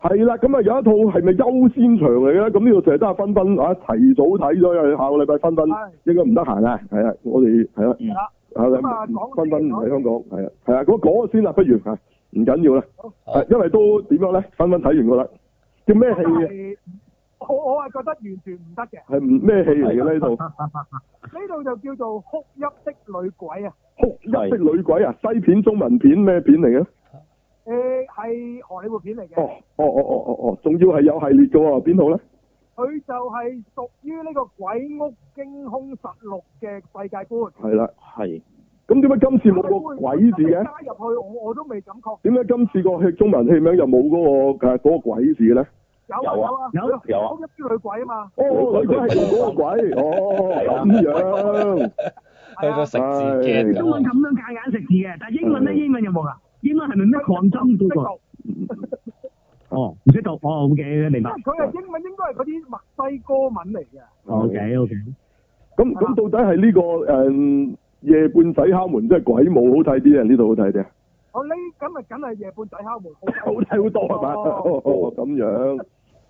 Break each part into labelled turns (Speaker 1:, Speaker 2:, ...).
Speaker 1: 係啦，咁啊有一套係咪優先場嚟嘅咧？咁呢度成日都係分分啊，提早睇咗，因為下個禮拜分嗯分
Speaker 2: 係
Speaker 1: 應該唔得閒啊，係啊，我哋係啦，
Speaker 2: 係啦，
Speaker 1: 係
Speaker 2: 咁啊
Speaker 1: 啦
Speaker 2: 講，
Speaker 1: 分分唔喺
Speaker 2: 講
Speaker 1: 香港，係啊，係啊，咁講咗先啦，不如係唔緊要啦，
Speaker 3: 好
Speaker 1: 係因為都點樣咧？分分睇完噶啦，叫咩戲
Speaker 2: 真
Speaker 1: 啊？
Speaker 2: 係我我係覺得完全唔得嘅。
Speaker 1: 係唔咩戲嚟嘅呢呢度？
Speaker 2: 呢度就叫做哭泣的女鬼啊！
Speaker 1: 哭泣的女鬼啊，西片、中文片咩片嚟嘅？
Speaker 2: 誒係荷里活片嚟嘅，
Speaker 1: 哦哦哦哦哦哦，仲要係有系列嘅喎，邊套咧？
Speaker 2: 佢就係屬於呢個鬼屋驚空實錄嘅世界觀。
Speaker 1: 係啦，
Speaker 3: 係
Speaker 1: 咁點解今次冇個鬼字嘅？
Speaker 2: 加入去我我都未感覺。
Speaker 1: 點解今次個戲中文戲名又冇嗰、個誒嗰、個鬼字嘅咧？
Speaker 2: 有啊有啊
Speaker 3: 有啊
Speaker 2: 哭泣的女鬼啊嘛，
Speaker 1: 哦，原來係嗰個鬼，哦咁樣，
Speaker 3: 去到食字嘅
Speaker 4: 中文咁樣夾硬食字嘅，但係英文咧，英文有冇啊？英文係咪咩抗爭嗰個？
Speaker 2: 讀，
Speaker 4: 哦，唔識讀，哦，OK，明
Speaker 2: 因
Speaker 4: 白
Speaker 2: 為佢係英文應該係嗰啲墨西哥文嚟嘅。
Speaker 4: ，OK，OK，
Speaker 1: 咁咁到底係呢、個誒夜半仔敲門，即係鬼舞好睇啲啊？呢度好睇啲啊？
Speaker 2: 我呢咁啊，梗係夜半仔敲門好
Speaker 1: 好
Speaker 2: 睇。
Speaker 1: 睇好多係嘛？哦哦咁樣，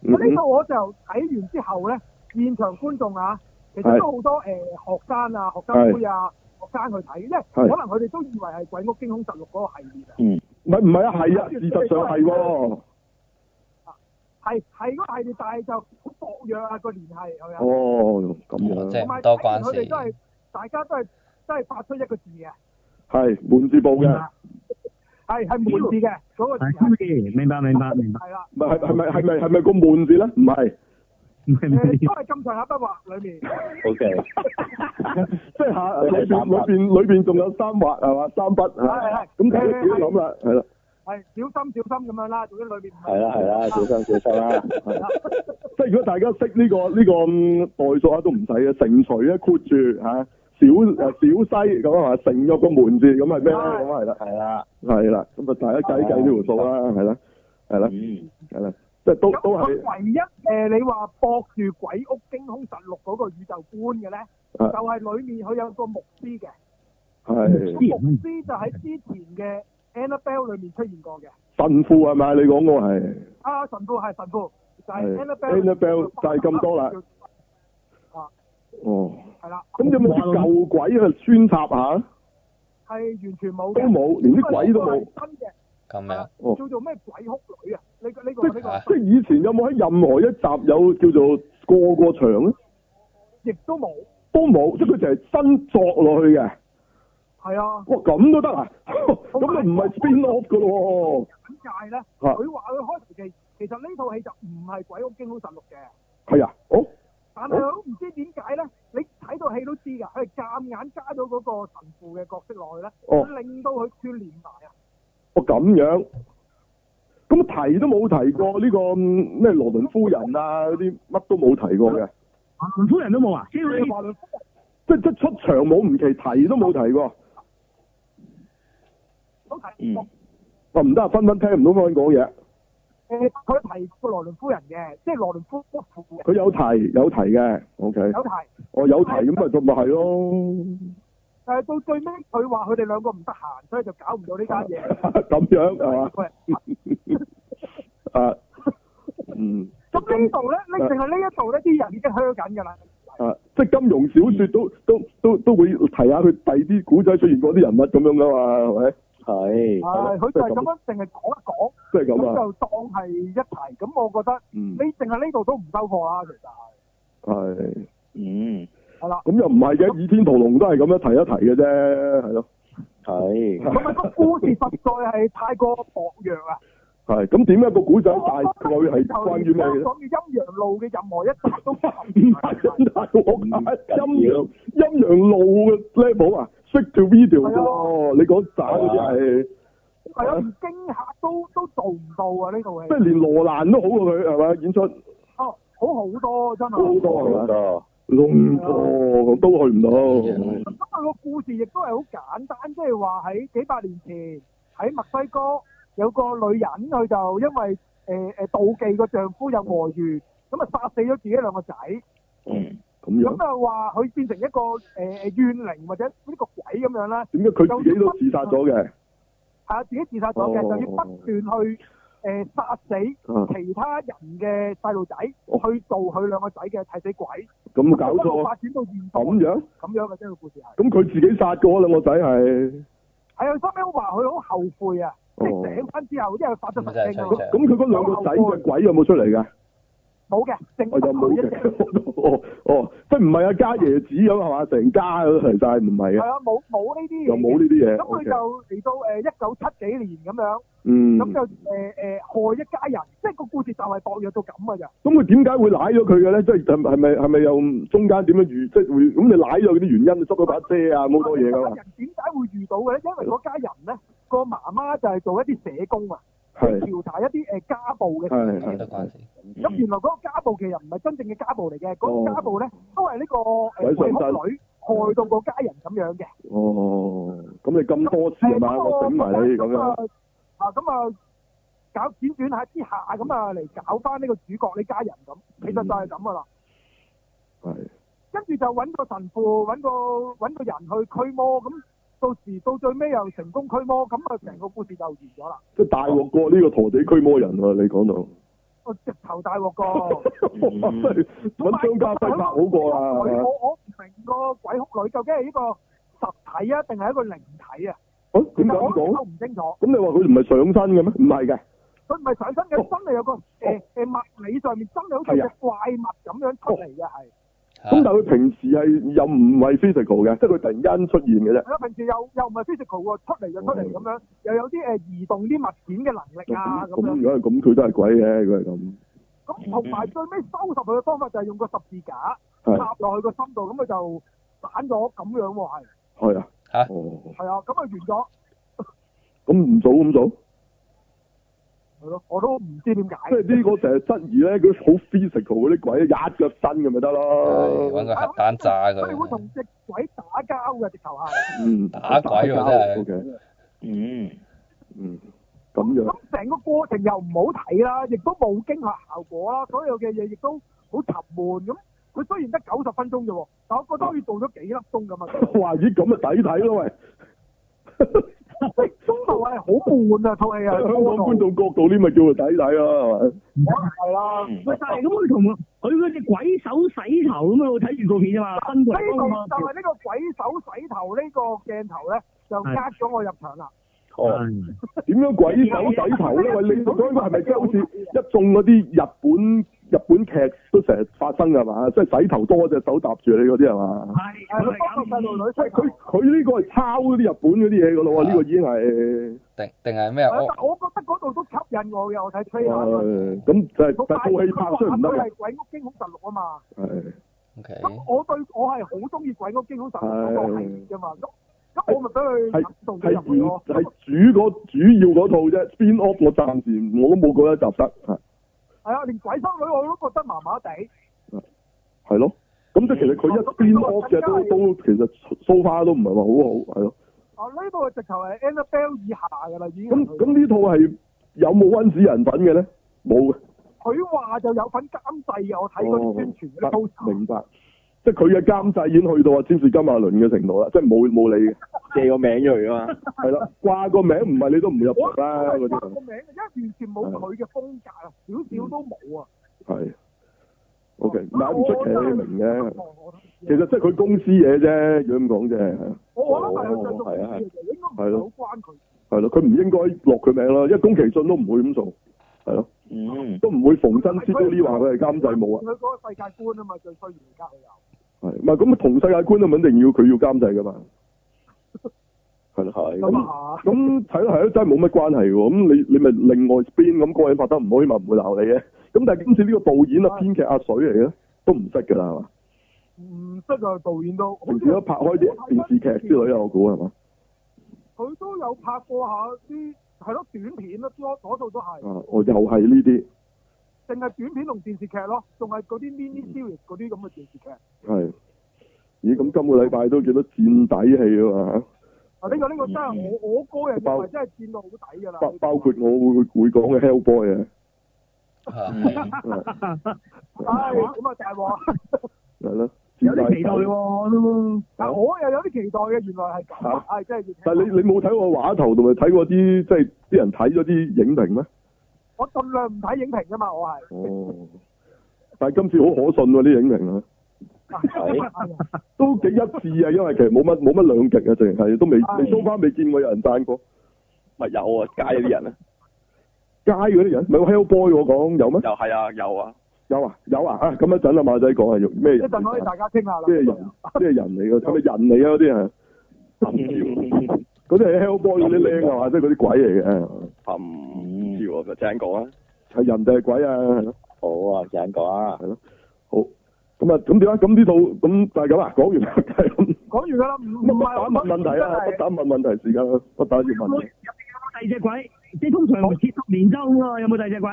Speaker 2: 咁呢
Speaker 1: 嗯
Speaker 2: 個我就睇完之後咧，現場觀眾啊，其實都好多誒呃學生啊、學生妹啊、學生去睇，因為可能佢哋都以為係《鬼屋驚恐實錄》嗰個系列啊，
Speaker 1: 唔係唔係啊，係啊，事實上係喎。
Speaker 2: 係係嗰個系列，但係就好薄弱啊個聯繫係咪啊？
Speaker 1: 哦，咁
Speaker 3: 即
Speaker 1: 樣
Speaker 3: 係
Speaker 2: 同埋
Speaker 3: 唔多
Speaker 2: 睇完
Speaker 3: 關
Speaker 2: 佢
Speaker 3: 事
Speaker 2: 哋都係大家都係都係發出一個字嘅，
Speaker 1: 係滿字部嘅，
Speaker 2: 係係滿字嘅嗰個字係。
Speaker 4: 係，啊明白，明白，明白，
Speaker 2: 係啦，
Speaker 1: 唔係係咪係咪係咪個滿字咧？唔係，
Speaker 2: 誒都係咁上下筆畫裏面，
Speaker 3: O K，
Speaker 1: 即係下裏邊裏邊裏邊仲有三畫係嘛？三筆
Speaker 2: 係
Speaker 1: 係
Speaker 2: 係
Speaker 1: 咁睇自己諗啦，係啦，
Speaker 2: 係小心小心咁樣啦，總之裏面唔
Speaker 3: 係啦係啦，小心小心啦，
Speaker 2: 係啦，
Speaker 1: 即係如果大家識呢個呢個嗯代數啊，都唔使嘅，乘除咧括住嚇小誒小西咁啊嘛，乘咗個門字咁係咩咧？
Speaker 2: 係
Speaker 1: 咁啊係啦，
Speaker 3: 係啦，
Speaker 1: 係啦，咁啊大家計計呢條數啦，係啦，係啦，
Speaker 3: 嗯，
Speaker 1: 係啦，即係都
Speaker 2: 咁
Speaker 1: 都
Speaker 2: 佢
Speaker 1: 係
Speaker 2: 唯一誒、呃你話駁住鬼屋驚空實錄嗰個宇宙觀嘅咧，就
Speaker 1: 啊
Speaker 2: 係、裏面佢有個牧師嘅，
Speaker 1: 係
Speaker 2: 個牧師就喺之前嘅 Annabelle 裏面出現過嘅。
Speaker 1: 神父係咪？你講嗰個係
Speaker 2: 啊，神父係神父，就係、
Speaker 1: 係
Speaker 2: Annabelle。
Speaker 1: Annabelle 就係咁多啦。哦，
Speaker 2: 係啦，
Speaker 1: 咁有冇啲舊鬼喺度穿插下？
Speaker 2: 係完全冇
Speaker 1: 都
Speaker 2: 嘅。
Speaker 1: 冇，連啲鬼都冇。。
Speaker 2: 真嘅，
Speaker 3: 咁
Speaker 5: Dạ.
Speaker 3: 樣
Speaker 1: 哦
Speaker 2: 叫做咩鬼哭女啊？呢、個呢、個呢、
Speaker 1: 即即以前有冇喺任何一集有叫做過過場咧？
Speaker 2: 個亦都冇。
Speaker 1: 都冇，即係佢就係新作落去嘅。
Speaker 2: 係啊，
Speaker 1: 哇，咁都得啊？ 咁咪唔係 spin off 噶咯
Speaker 2: 簡介咧，
Speaker 1: 喎？嚇，
Speaker 2: 佢話佢開頭嘅其實呢套戲就唔係鬼屋驚恐實錄嘅。
Speaker 1: 係啊，哦，
Speaker 2: 但係我唔知點解咧，你睇到戲都知㗎，佢係夾硬加咗嗰個神父嘅角色落去咧，
Speaker 1: 哦
Speaker 2: 佢令到佢串連埋啊！
Speaker 1: 哦咁樣，咁提都冇提過呢個嗯咩羅倫夫人啊嗰啲，乜都冇提過嘅。
Speaker 4: 倫夫人都冇 啊，
Speaker 1: 嗯
Speaker 4: 即係
Speaker 2: 你話佢
Speaker 1: 即即出場冇唔奇，提都冇提過。
Speaker 2: 都提
Speaker 3: 嗯
Speaker 2: 過，誒、
Speaker 1: 話唔得啊，分分聽唔到分分講嘢。
Speaker 2: 佢提過羅倫夫人嘅，即係羅倫夫夫婦
Speaker 1: 佢有提有提嘅，OK。
Speaker 2: 有提，
Speaker 1: 哦，有提咁咪就咪係咯。
Speaker 2: 但係到最尾佢話佢哋兩個唔得閒，所以就搞唔到呢
Speaker 1: 啊
Speaker 2: 間嘢。
Speaker 1: 咁樣係嘛？
Speaker 2: 佢
Speaker 1: 啊，嗯，
Speaker 2: 咁呢度咧，你淨係呢一度咧，啲人已經香緊㗎啦。
Speaker 1: 啊，即係金融小説都都都都會提下佢第二啲古仔出現嗰啲人物咁樣噶嘛，係咪？
Speaker 3: 係，
Speaker 2: 係，啊佢就係咁樣，淨係講一講，
Speaker 1: 即係啊咁
Speaker 2: 咁
Speaker 1: 啊，
Speaker 2: 就當係一提。咁我覺得
Speaker 1: 嗯
Speaker 2: 你，淨係呢度都唔收貨啦，其實係
Speaker 1: 係。
Speaker 3: 嗯，
Speaker 2: 係啦。
Speaker 1: 咁又唔係嘅，倚天屠龍都係咁樣提一提嘅啫，係咯，
Speaker 3: 係，
Speaker 2: 同埋個故事實在係太過薄弱啊！
Speaker 1: 係。咁點解個古仔大概係關於咩嘅
Speaker 2: 香
Speaker 1: 咧？
Speaker 2: 港嘅陰陽路嘅任何一集都
Speaker 1: 唔係大佬，我陰陽陰陽路嘅 level 啊，識條 video 啫喎，你講渣嗰啲係。
Speaker 2: 係咯，連驚嚇都都做唔到啊！呢套戲
Speaker 1: 即係連羅蘭都好過佢係咪？演出
Speaker 2: 哦，好好多真
Speaker 1: 好
Speaker 2: 係。
Speaker 1: 多係咪？
Speaker 3: 多，
Speaker 1: 龍婆都去唔到，
Speaker 3: 嗯
Speaker 2: 咁啊個故事亦都係好簡單，即係話喺幾百年前喺墨西哥有個女人，佢就因為誒誒妒忌個丈夫有外遇，咁啊殺死咗自己兩個仔，
Speaker 3: 嗯，
Speaker 1: 咁
Speaker 2: 咁
Speaker 1: 樣
Speaker 2: 啊話佢變成一個誒誒怨靈或者呢個鬼咁樣啦。
Speaker 1: 點解佢自己都自殺咗嘅？
Speaker 2: 係啊，自己自殺咗嘅，
Speaker 1: 哦
Speaker 2: 就要不斷去誒、誒殺死
Speaker 1: 啊
Speaker 2: 其他人嘅細路仔，去做佢兩個仔嘅替死鬼。
Speaker 1: 咁搞
Speaker 2: 一路
Speaker 1: 錯
Speaker 2: 發展到現代
Speaker 1: 咁樣，
Speaker 2: 咁樣嘅啫，個故事係。
Speaker 1: 咁佢自己殺過兩個仔係，
Speaker 2: 係啊，收尾話佢好後悔啊，即
Speaker 1: 哦
Speaker 2: 係醒翻之後，因為發咗
Speaker 5: 咁就係
Speaker 2: 神經啊
Speaker 5: 吹
Speaker 2: 嘛
Speaker 5: 脹
Speaker 1: 咁佢嗰兩個仔嘅鬼有冇出嚟㗎？
Speaker 2: 冇嘅，淨
Speaker 1: 我
Speaker 2: 得
Speaker 1: 就冇
Speaker 2: 佢一
Speaker 1: 嘅。
Speaker 2: 隻。
Speaker 1: 哦哦，即係唔係阿家椰子咁係嘛？成家都嚟晒，唔係
Speaker 2: 係
Speaker 1: 嘅，
Speaker 2: 啊，冇冇呢啲嘢。
Speaker 1: 又冇呢。啲嘢。
Speaker 2: 咁佢
Speaker 1: OK，
Speaker 2: 就嚟到誒一九七幾年咁樣，
Speaker 1: 嗯，
Speaker 2: 咁
Speaker 1: 咁
Speaker 2: 就誒誒害一家人，即係個故事就係薄弱到咁嘅咋。
Speaker 1: 佢點解會舐咗佢嘅咧？即係係係咪係咪又中間點樣遇？即係會咁你舐咗嗰啲原因，執咗把遮啊，咁好多嘢㗎
Speaker 2: 嗰
Speaker 1: 嘛。
Speaker 2: 家人點解會遇到嘅咧？因為嗰家人咧個媽媽就係做一啲社工啊，去
Speaker 1: 係
Speaker 2: 調查一啲誒家暴嘅
Speaker 1: 係嗯
Speaker 2: 事
Speaker 1: 係
Speaker 5: 都關事。
Speaker 2: 咁原來嗰個家暴其實唔係真正嘅家暴嚟嘅，嗰、個家暴咧都係呢、個
Speaker 1: 哦鬼
Speaker 2: 誒
Speaker 1: 上
Speaker 2: 鬼
Speaker 1: 身
Speaker 2: 屋女害到個家人咁樣嘅。
Speaker 1: 哦，咁你咁多事係嘛？
Speaker 2: 誒
Speaker 1: 嗯我整埋你咁樣。。
Speaker 2: 啊啊咁啊，搞輾轉下之下咁啊嚟搞翻呢個主角呢家人咁，其實就係咁噶啦。
Speaker 1: 係
Speaker 2: 跟住就揾個神父，揾個揾個人去驅魔，咁到時到最尾又成功驅魔，咁啊成個故事就完咗啦。
Speaker 1: 即係大鑊過呢個陀地驅魔人喎，你講到。
Speaker 2: 我直頭大鑊個。
Speaker 1: 哇真係揾張家輝拍好過啊啦係嘛。
Speaker 2: 我我唔明個鬼哭女究竟係一個實體啊，定係一個靈體啊？
Speaker 1: 哦，
Speaker 2: 其
Speaker 1: 點解
Speaker 2: 實
Speaker 1: 咁
Speaker 2: 我都
Speaker 1: 講？
Speaker 2: 唔清楚。
Speaker 1: 咁你話佢唔係上身嘅咩？唔係嘅，
Speaker 2: 佢唔係上身嘅，
Speaker 1: 哦
Speaker 2: 真係有個誒誒物理上面真係好似
Speaker 1: 係啊
Speaker 2: 隻怪物咁樣出嚟嘅係。
Speaker 1: 咁但
Speaker 5: 嚇
Speaker 1: 係佢平時係又唔係 physical 嘅，即係佢突然間出現嘅啫。
Speaker 2: 係啦，平時又又唔係 physical 喎，出嚟就出嚟咁樣，又有啲誒移動啲物件嘅能力啊
Speaker 1: 咁
Speaker 2: 咁
Speaker 1: 咁
Speaker 2: 樣。
Speaker 1: 如果係咁，佢都係鬼嘅，如果係咁。
Speaker 2: 咁同埋最尾收拾佢嘅方法就係用個十字架
Speaker 1: 係
Speaker 2: 插落去個心度，咁佢就散咗咁樣喎係。
Speaker 1: 係啊。
Speaker 5: 嚇
Speaker 1: 哦，
Speaker 2: 係啊，咁啊完咗
Speaker 1: 咁唔早咁早，
Speaker 2: 係咯，我都唔知點解。
Speaker 1: 即係呢個成日質疑咧，佢好 physical 嗰啲鬼，一腳伸咁咪得
Speaker 5: 係揾
Speaker 1: 咯。
Speaker 5: 個核彈炸
Speaker 2: 佢哋會同
Speaker 5: 佢，
Speaker 2: 隻鬼打交嘅，直頭係。
Speaker 1: 嗯，
Speaker 5: 打鬼喎真係
Speaker 1: O K，
Speaker 3: 嗯，
Speaker 1: 嗯，咁樣
Speaker 2: 咁成個過程又唔好睇啦，亦都冇驚嚇效果啦，所有嘅嘢亦都好沉悶咁。佢雖然得九十分鐘啫喎，但我覺得好似做咗幾粒鐘咁啊！
Speaker 1: 哇！咦，咁啊抵睇咯喂！
Speaker 2: 即係中途係好悶啊，套戲啊，
Speaker 1: 香港觀眾角度呢咪叫做抵睇啦，係咪？
Speaker 2: 係啦。
Speaker 3: Ừ.
Speaker 4: 喂，但係咁佢同佢嗰隻鬼手洗頭咁啊，我哎睇預告片啫嘛，分過
Speaker 2: 呢
Speaker 4: 嚟
Speaker 2: 度
Speaker 4: 幫
Speaker 2: 就係呢個鬼手洗頭呢個鏡頭咧，就呃咗我入場啦。
Speaker 1: 哦，
Speaker 4: 係
Speaker 1: 點樣鬼手洗頭咧？喂，你講個係咪即係好似一眾嗰啲日本日本劇都成日發生㗎嘛？即係洗頭多隻手搭住你嗰啲係嘛？
Speaker 4: 係
Speaker 2: 誒，
Speaker 4: 佢
Speaker 2: 佢幫個細
Speaker 4: 係
Speaker 2: 路女
Speaker 1: 喂，
Speaker 2: 洗頭
Speaker 1: 佢。佢呢個係抄嗰啲日本嗰啲嘢㗎咯喎，呢個已經係。
Speaker 5: 定定係咩？哦
Speaker 2: 係啊
Speaker 5: 我
Speaker 2: 但我覺得嗰度都吸引我嘅，我睇 trailer。
Speaker 1: 誒咁就係
Speaker 2: 嗰
Speaker 1: 但係套戲拍出唔得
Speaker 2: 佢
Speaker 1: 嘅，
Speaker 2: 係鬼屋驚恐實錄啊嘛。
Speaker 1: 係
Speaker 5: OK，
Speaker 2: 咁我對我係好中意鬼屋驚恐實錄嗰個系列㗎嘛。咁咁我咪俾佢感動咗
Speaker 1: 係
Speaker 2: 入去咯。
Speaker 1: 原係主嗰主要嗰套啫，spin off 我暫時我都冇覺得集得，係
Speaker 2: 係啊，連鬼修女我都覺得麻麻地。
Speaker 1: 係咯。咁即係其實佢一
Speaker 2: 嗯
Speaker 1: spin
Speaker 2: 哦
Speaker 1: off 嘅都都其實 so far 都唔係話好好，係咯。
Speaker 2: 啊，呢度直頭係 Annabelle 以下㗎啦，已經。
Speaker 1: 咁咁呢套係有冇温子仁份嘅咧？冇嘅，
Speaker 2: 佢話就有份監製嘅，我睇嗰啲宣傳嗰啲 p
Speaker 1: 哦明白。即係佢嘅監製已經去到啊占士金馬倫嘅程度啦，即係冇冇理嘅，
Speaker 3: 借個名咗佢啊嘛，
Speaker 1: 係 啦，掛個名唔係你都唔入
Speaker 2: 我
Speaker 1: 局啦嗰
Speaker 2: 我係
Speaker 1: 啲
Speaker 2: 掛個名，因為完全冇佢嘅風格啊，少少都冇啊。
Speaker 1: 係。O K，嗱唔出奇明嘅。
Speaker 2: 其
Speaker 1: 其實即係佢公司嘢啫，如果咁講啫，
Speaker 2: 啊我我
Speaker 1: 哦
Speaker 2: 諗係佢製
Speaker 1: 啊
Speaker 2: 作嘅嘢，應該唔係好關佢。
Speaker 1: 係咯，佢唔應該落佢名咯，因為宮崎駿都唔會咁做，係咯，
Speaker 3: 嗯，
Speaker 1: 都唔會逢身 s t u d 話佢係監製冇啊，
Speaker 2: 佢嗰個世界觀啊嘛，最衰而家佢又
Speaker 1: 係唔係咁啊同世界觀都唔一定要佢要監製噶嘛，係咯，
Speaker 3: 係
Speaker 2: 咁啊，
Speaker 1: 咁睇落係咯，真係冇乜關係喎，咁你你咪另外 spin 咁，個人拍得唔好，起碼唔會鬧你嘅，咁但係今次呢個導演啊、編劇阿水嚟嘅，都唔識㗎啦，係嘛？嗯
Speaker 2: 唔識啊導演都。
Speaker 1: 平時都拍開啲電視劇之類啊，我估係嘛？
Speaker 2: 佢都有拍過下啲係咯短片咯，多多數都係，
Speaker 1: 啊，我又係呢啲，
Speaker 2: 淨係短片同電視劇咯，仲係嗰啲 mini series 嗰啲咁嘅電視劇。啊，
Speaker 1: 係，咦？咁今個禮拜都幾多墊底戲啊嘛？
Speaker 2: 呢個呢個真
Speaker 1: 嗯
Speaker 2: 係我我個人認為真係見到好抵㗎啦。
Speaker 1: 包包括我會會講嘅 Hellboy 啊，
Speaker 2: 唉，
Speaker 5: 嚇
Speaker 3: 嗯
Speaker 2: 咁啊大鑊！
Speaker 1: 係咯，
Speaker 4: 有啲期待喎，我都
Speaker 2: 嗱，我又有啲期待嘅，原來係咁啊，唉，真係要聽。
Speaker 1: 但係你你冇睇過畫頭同埋睇過啲即係啲人睇咗啲影評咩？
Speaker 2: 我盡量唔睇影評噶嘛，我係。
Speaker 1: 哦，但係今次好可信喎啲影評啊，
Speaker 2: 係啊
Speaker 1: 都幾一致啊，因為其實冇乜冇乜兩極啊，淨係都未
Speaker 2: 係
Speaker 1: 未蘇翻未見過有人讚過
Speaker 3: 咪有啊，街有啲人啊，
Speaker 1: 街嗰啲人，咪 Hellboy 我講有咩？
Speaker 3: 又係啊，有啊，
Speaker 1: 有啊有啊，啊咁一陣啊馬仔講係用咩
Speaker 2: 一
Speaker 1: 人？
Speaker 2: 陣可以大家傾下啦。
Speaker 1: 咩人？咩人嚟㗎？係咪人嚟啊？嗰啲係
Speaker 3: 冚住
Speaker 1: 嗰啲係 Hellboy 嗰啲靚啊嘛，即係嗰啲鬼嚟嘅，
Speaker 3: 冚住喎，咪正講啊，
Speaker 1: 係人定係鬼啊？
Speaker 3: 好啊，正講啊，
Speaker 1: 好，咁啊，咁點啊？咁呢套咁就係咁啊，講完啦，就係咁。
Speaker 2: 講完㗎啦，唔
Speaker 1: 咁
Speaker 2: 唔
Speaker 1: 不
Speaker 2: 係
Speaker 1: 打問問題啊啦，不打問問題時間啦，不打要
Speaker 4: 有冇
Speaker 1: 問
Speaker 4: 入。邊有冇第二隻鬼？即係通常鐵十年周咁啊，有冇第二隻鬼？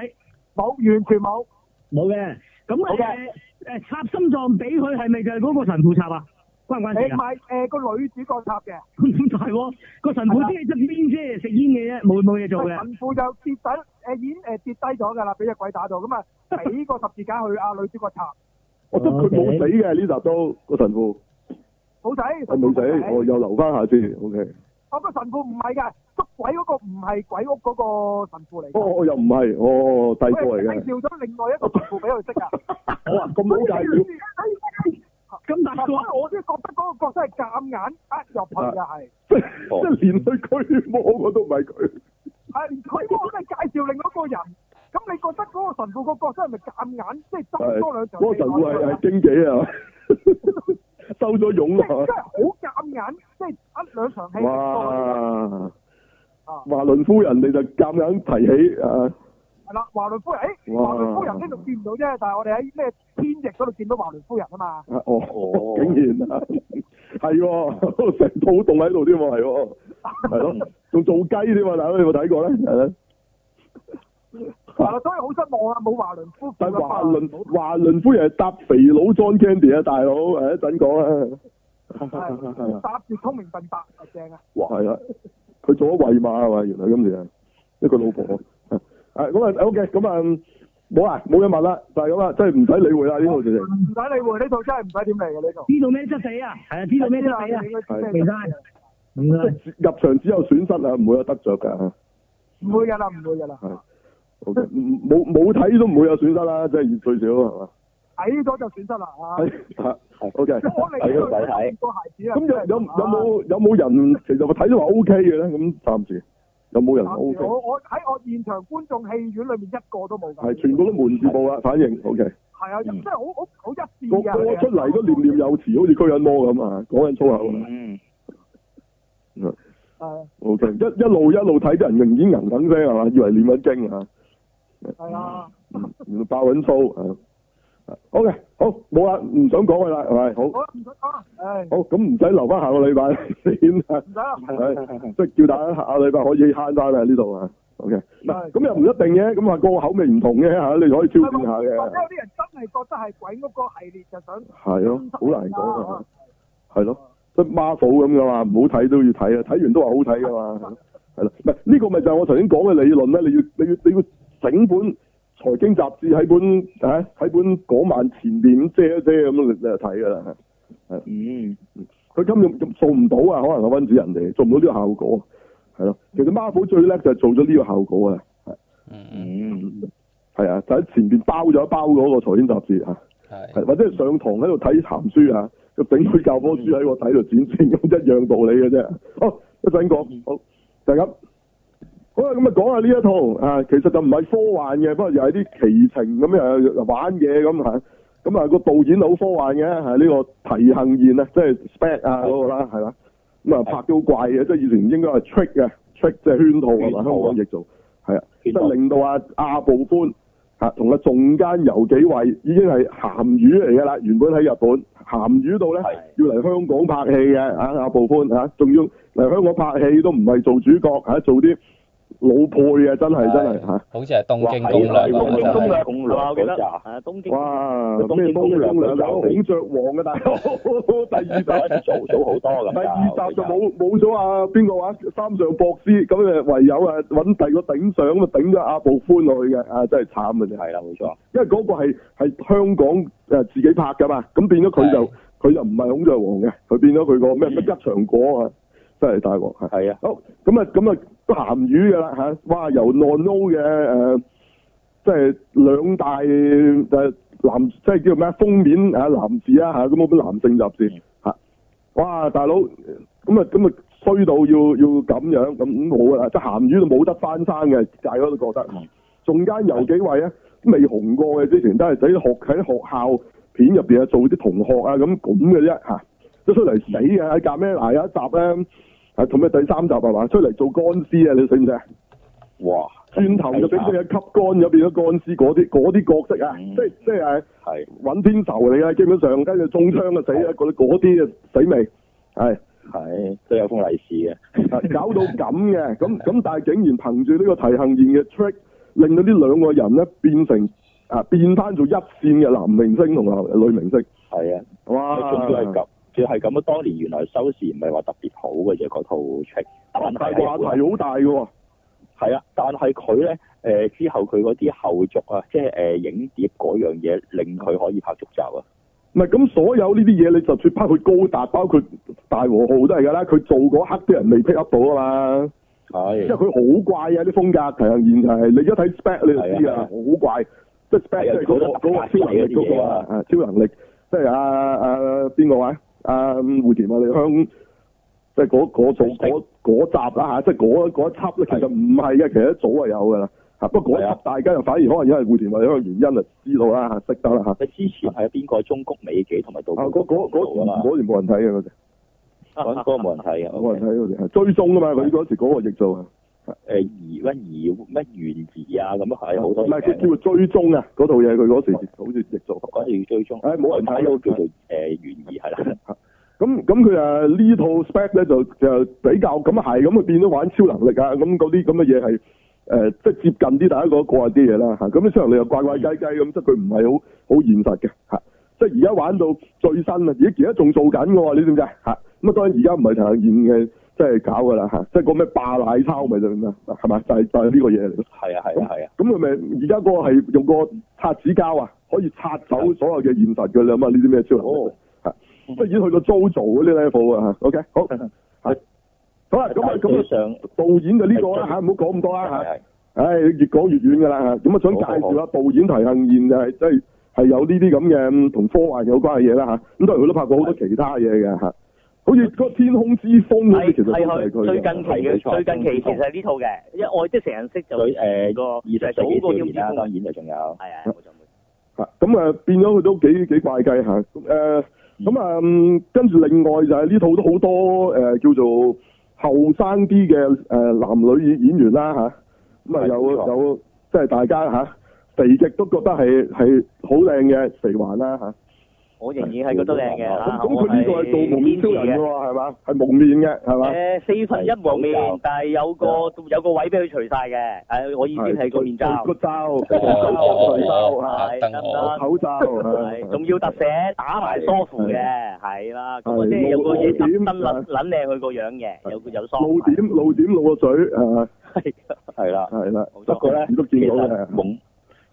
Speaker 2: 冇，完全冇。
Speaker 4: 冇嘅。咁
Speaker 2: 冇
Speaker 4: 誒
Speaker 2: 嘅
Speaker 4: 誒插心臟俾佢係咪就係嗰個神父插啊？關唔關
Speaker 2: 誒
Speaker 4: 事
Speaker 2: 唔
Speaker 4: 啊？
Speaker 2: 係誒個女主角插嘅，
Speaker 4: 咁 就係喎，個神父即係啊側邊啫，食煙嘅啫，冇冇嘢做嘅。
Speaker 2: 神父就跌底誒已經誒跌低咗㗎啦，俾只鬼打到， 咁啊俾個十字架去阿女主角插，
Speaker 1: 我覺得佢冇死嘅呢集都個神父，
Speaker 2: 冇仔，
Speaker 1: 我冇死，我又留翻下先。O K，
Speaker 2: 我個神父唔係㗎，捉鬼嗰個唔係鬼屋嗰個神父嚟
Speaker 1: 哦，
Speaker 2: 㗎，
Speaker 1: 我又唔係，我第二個
Speaker 2: 佢
Speaker 1: 嚟
Speaker 2: 係
Speaker 1: 嘅。
Speaker 2: 介紹咗另外一個神父俾佢識 㗎。
Speaker 1: 我話咁好介紹，
Speaker 4: 咁但係
Speaker 2: 所以
Speaker 4: 個
Speaker 2: 我都覺得嗰個角色係夾硬呃入去嘅係，
Speaker 1: 即
Speaker 2: 哦
Speaker 1: 係連佢佢冇我都唔係佢。
Speaker 2: 係連佢都真係介紹另外一個人。咁你覺得嗰個神父個角色係咪夾硬即係爭多兩場
Speaker 1: 嗰個神父係係經紀啊，收咗佣
Speaker 2: 即係
Speaker 1: 啊
Speaker 2: 真。係好夾硬，即係呃兩場戲。
Speaker 1: 哇！
Speaker 2: 啊！
Speaker 1: 華倫夫人你就夾硬提起啊！
Speaker 2: 係啦，華倫夫人，誒，
Speaker 1: 哇
Speaker 2: 華倫夫人呢度見唔到啫，但係我哋喺咩天翼嗰度見到華倫夫人啊嘛。
Speaker 1: 啊哦，
Speaker 3: 哦
Speaker 1: 竟然啊，係喎， 成套凍喺度添喎，係喎，係咯，仲做雞添啊喎，大佬你有冇睇過咧？係 啦，
Speaker 2: 係啦，所以好失望啊，冇華倫夫婦
Speaker 1: 但係
Speaker 2: 嘅
Speaker 1: 華倫華倫夫人係搭肥佬 John Candy 啊，大佬，誒一陣講 啊，
Speaker 2: 係搭住聰明笨白係正啊。
Speaker 1: 哇，係啦，佢做咗喂馬係嘛？原來今次係啊一個老婆， 啊咁啊 OK，咁啊冇啊冇嘢問啦，就係咁啦，真係唔使理會啦呢套 事情。
Speaker 2: 唔使理會呢套真係唔使點嚟嘅呢套。
Speaker 4: 知道咩質地啊？係啊，知道咩質
Speaker 2: 哎
Speaker 4: 地啊？
Speaker 1: 係
Speaker 4: 其他唔
Speaker 1: 啊
Speaker 4: 該。
Speaker 1: 入場只有損失啊，唔會有得着㗎。
Speaker 2: 唔會㗎啦，唔會㗎啦。
Speaker 1: 係好嘅唔冇冇睇都唔會有損失啦，即係最少係嘛？
Speaker 2: 睇咗就損失啦 啊！
Speaker 1: 係 O K。
Speaker 2: 我嚟
Speaker 3: 睇都唔使睇
Speaker 2: 個孩子啊！
Speaker 1: 咁有有有冇有冇人其實我睇到話 O K 嘅咧？咁暫時有冇人
Speaker 2: 啊？
Speaker 1: O K？
Speaker 2: 我我喺我現場觀眾戲院裏面一個都冇㗎。
Speaker 1: 係全部都門字部啊，反應 O K。
Speaker 2: 係啊，真係好好好一致
Speaker 1: 嗯個
Speaker 2: 㗎。
Speaker 1: 個出嚟都念念有詞，好似驅緊魔咁啊，講緊粗口啊。
Speaker 3: 嗯，
Speaker 2: 係
Speaker 1: O K，一一路一路睇啲人已經吟緊聲係嘛，以為念緊經啊，
Speaker 2: 係啊。
Speaker 1: 嗯原來爆緊粗啊。O K，好冇啦，唔想講佢啦，係咪？
Speaker 2: 好
Speaker 1: 好，
Speaker 2: 啦，唔使講啦，唉，
Speaker 1: 好咁唔使留翻下個禮拜 先啊。
Speaker 2: 唔使啦。
Speaker 1: 係即係叫大家下禮拜可以慳翻啊呢度啊，OK。嗱，
Speaker 2: 係
Speaker 1: 咁又唔一定嘅，咁話個口味唔同嘅嚇，你可以挑戰下
Speaker 2: 或者
Speaker 1: 嘅，
Speaker 2: 有啲人真係覺得係鬼屋個系列就想
Speaker 1: 係咯，好難講啊，
Speaker 2: 啊。
Speaker 1: 係咯，即係 Marvel 咁噶嘛，唔好睇都要睇啊，睇完都話好睇噶嘛，係咯，唔係呢個咪就係我頭先講嘅理論咧，你要你要你要整本財經雜誌喺本嚇喺本嗰晚前面咁遮一遮咁，你你就睇噶啦。
Speaker 3: 嗯，
Speaker 1: 佢根本做唔到啊，可能阿温子仁嚟做唔到呢個效果，係咯。其實 Marvel 最叻就係做咗呢個效果啊。
Speaker 5: 嗯，
Speaker 3: 嗯，
Speaker 1: 係啊，就喺前邊包咗一包嗰個財經雜誌啊，
Speaker 5: 係
Speaker 1: 係或者係上堂喺度睇鹹書啊，就整本教科書喺個睇度剪線咁一樣道理嘅啫。好，一陣
Speaker 3: 嗯
Speaker 1: 講，好就係咁。好啦，咁啊講下呢一套啊，其實就唔係科幻嘅，不過又係啲奇情咁樣玩嘢咁嚇。咁啊個導演好科幻嘅，係呢個提行賢啊，即係 Spec 啊嗰個啦，係啦。咁啊拍到好怪嘅，即係以前應該係 trick 嘅，trick 即係圈套啊嘛，香
Speaker 3: 圈套啊
Speaker 1: 港譯做係啊，即
Speaker 3: 圈套
Speaker 1: 係令到阿阿部寬嚇同阿仲間游幾位已經係鹹魚嚟㗎啦，原本喺日本鹹魚度咧
Speaker 3: 係
Speaker 1: 要嚟香港拍戲嘅啊阿部寬嚇，仲要嚟香港拍戲都唔係做主角嚇，做啲老配嘅真係真係啊嚇。
Speaker 5: 好似係東京攻略
Speaker 3: 哇係
Speaker 5: 咁
Speaker 3: 東京攻略
Speaker 5: 啊，
Speaker 3: 攻略嗰集
Speaker 6: 啊，東京
Speaker 1: 哇！
Speaker 3: 東
Speaker 1: 咩
Speaker 3: 京
Speaker 1: 東
Speaker 3: 攻略
Speaker 1: 京兩有
Speaker 3: 有
Speaker 1: 孔雀王嘅啊大佬， 第二集
Speaker 3: 早早好 多
Speaker 1: 第
Speaker 3: 咁
Speaker 1: 二集就冇冇咗啊邊個話三上博士，咁誒唯有啊揾第二個頂上咁啊頂咗阿部寬落去嘅，啊真係慘嘅啫，
Speaker 3: 係啦，冇錯，
Speaker 1: 因為嗰個係係香港誒呃自己拍噶嘛，咁變咗佢就
Speaker 5: 係
Speaker 1: 佢就唔係孔雀王嘅，佢變咗佢個咩咩吉祥果啊，真係大鑊係。
Speaker 3: 係啊，
Speaker 1: 好，咁啊，咁啊，都鹹魚㗎啦嚇，哇！由 n o n o 嘅誒即係兩大誒男，即係叫咩封面啊男士啊嚇，咁嗰本男性雜誌嚇，哇大佬咁啊咁啊衰到要要咁樣咁咁冇㗎啦，即係鹹魚就冇得翻生嘅，大家都覺得。仲間有幾位咧未紅過嘅，之前都係喺學喺學校片入邊啊做啲同學啊咁咁嘅啫嚇，都出嚟死嘅喺隔咩嗱有一集咧。啊，同咩第三集係嘛？出嚟做乾屍啊！你信唔信啊？
Speaker 3: 哇，
Speaker 1: 轉頭就俾佢吸乾咗，變咗乾屍嗰啲嗰啲角色啊！
Speaker 3: 嗯
Speaker 1: 即係即係誒
Speaker 3: 係
Speaker 1: 揾天仇嚟嘅，基本上跟住中槍就死啦，嗰啲嗰啲啊死未？係
Speaker 3: 係都有封利是嘅，
Speaker 1: 啊搞到咁嘅，咁咁但係竟然憑住呢個提行宴嘅 trick，令到呢兩個人咧變成啊變翻做一線嘅男明星同埋女明星，
Speaker 3: 係啊，
Speaker 1: 哇！
Speaker 3: 仲要係咁，仲要係咁啊！當年原來收視唔係話特別好嘅啫，嗰套 trick，但
Speaker 1: 但
Speaker 3: 係
Speaker 1: 係話題好大嘅喎，
Speaker 3: 係啊，但係佢咧誒之後佢嗰啲後續啊，即係誒、影碟嗰樣嘢，令佢可以拍續集啊。
Speaker 1: 唔係咁所有呢啲嘢，你就算包括高達，包括大和號都係㗎啦，佢做嗰刻啲人未 pick up 到啊嘛。因為
Speaker 3: 係
Speaker 1: 佢好怪啊啲風格，提行現就係你一睇 spec 你就知
Speaker 3: 係
Speaker 1: 啊，
Speaker 3: 啊
Speaker 1: 好怪，即係 spec
Speaker 3: 係啊
Speaker 1: 即係嗰個
Speaker 3: 好
Speaker 1: 嗰
Speaker 3: 多
Speaker 1: 個超能力嗰個啊，啊超能力，即係啊啊邊個位啊胡田啊李香，即係嗰嗰組嗰嗰集啦嚇，即係嗰嗰一輯咧，其實唔係嘅，其實一早係有㗎啦嚇，不過嗰
Speaker 3: 係
Speaker 1: 一輯
Speaker 3: 啊
Speaker 1: 大家就反而可能因為胡田或者香原因就知道啦嚇，識得啦嚇。
Speaker 3: 你之前係邊個？中谷美紀同埋杜
Speaker 1: 啊！嗰嗰嗰
Speaker 3: 啊嘛，啊
Speaker 1: 嗰年冇人睇嘅嗰陣，
Speaker 3: 嗰嗰個冇人睇嘅。
Speaker 1: 冇人
Speaker 3: OK
Speaker 1: 睇嗰陣係追蹤啊嘛，佢嗰時嗰個亦做啊，
Speaker 3: 誒呃疑乜疑乜懸疑啊咁樣係好多
Speaker 1: 唔係
Speaker 3: 嘢
Speaker 1: 佢叫做追蹤啊，嗰套嘢佢嗰時好似亦做。
Speaker 3: 嗰時追蹤，
Speaker 1: 誒冇人睇
Speaker 3: 都叫做誒懸疑係啦，
Speaker 1: 咁咁佢啊呢套 spec 咧就就比較咁係咁佢變咗玩超能力啊，咁嗰啲咁嘅嘢係誒即係接近啲大家個個人啲嘢啦嚇。咁超能力又怪怪雞雞咁，即係佢唔係好好現實嘅嚇。即係而家玩到最新啊，而而家仲做緊嘅喎，你知唔知啊？嚇咁啊當然而家唔係陳奕嘅，即係搞㗎啦嚇，即係個咩霸奶抄咪就咁啦，係咪？就係、就係、呢個嘢嚟咯。
Speaker 3: 係啊係啊係啊，
Speaker 1: 咁佢咪而家嗰個係用個擦紙膠啊，可以擦走所有嘅現實嘅啦嘛，啊呢啲咩超能力
Speaker 3: 哦。
Speaker 1: 即係已經去到 JoJo 嗰啲 level 啊嚇。OK，好，係好啦，咁啊，咁啊，
Speaker 3: 上
Speaker 1: 導演就呢個啊啦嚇，唔好講咁多啦
Speaker 3: 係
Speaker 1: 嚇。
Speaker 3: 係
Speaker 1: 唉，越講越遠㗎啦嚇。咁啊，想介紹下導演提行燕就係即係係有呢啲咁嘅嗯同科幻有關嘅嘢啦嚇。咁當然佢都拍過好多其他嘢嘅嚇，好似嗰個《天空之風》嗰啲
Speaker 6: 係
Speaker 1: 其實都
Speaker 6: 係
Speaker 1: 係
Speaker 6: 佢
Speaker 1: 佢
Speaker 6: 最
Speaker 1: 嘅。
Speaker 6: 近期嘅最近期其實係呢套嘅，因為我即係成人識就
Speaker 3: 佢誒
Speaker 6: 個
Speaker 3: 呃二
Speaker 6: 就係
Speaker 3: 十
Speaker 6: 早
Speaker 3: 世
Speaker 6: 過
Speaker 3: 紀少年
Speaker 6: 腰子
Speaker 3: 啦，
Speaker 6: 風
Speaker 3: 當然就仲有
Speaker 6: 係啊，冇錯冇
Speaker 1: 嚇咁啊，變咗佢都幾幾怪計嚇。咁誒咁啊，嗯跟住另外就係呢套都好多誒叫做後生啲嘅誒男女演員啦嚇。咁啊
Speaker 3: 係
Speaker 1: 有
Speaker 3: 冇錯
Speaker 1: 有即係大家嚇肥極都覺得係係好靚嘅肥環啦嚇。
Speaker 6: 我仍然係覺得靚嘅
Speaker 3: 咁
Speaker 1: 咁
Speaker 6: 啊
Speaker 1: 咁佢呢個係做蒙面超人嘅。喎，係嘛？係蒙面嘅係
Speaker 6: 我
Speaker 1: 嘛？
Speaker 6: 係堅持嘅誒四分一蒙面
Speaker 3: 係，
Speaker 6: 但係有個有個位俾佢除晒嘅，誒我意思係個面罩
Speaker 1: 個，罩、
Speaker 5: 啊
Speaker 1: 個
Speaker 3: 哦
Speaker 1: 罩、啊
Speaker 6: 係得唔得？
Speaker 1: 口罩，
Speaker 6: 係，
Speaker 1: 係
Speaker 6: 仲要特寫打埋梳乎嘅，係啦，咁我
Speaker 1: 係
Speaker 6: 即係有個嘢特登
Speaker 1: 露
Speaker 6: 撚撚靚佢個樣嘅，有個有梳
Speaker 1: 露點露點露個嘴誒
Speaker 6: 係
Speaker 3: 係啦。
Speaker 1: 係啦，
Speaker 6: 冇錯
Speaker 3: 不過咧，
Speaker 1: 都
Speaker 3: 其
Speaker 1: 見到
Speaker 3: 實
Speaker 1: 嘅。
Speaker 3: 蒙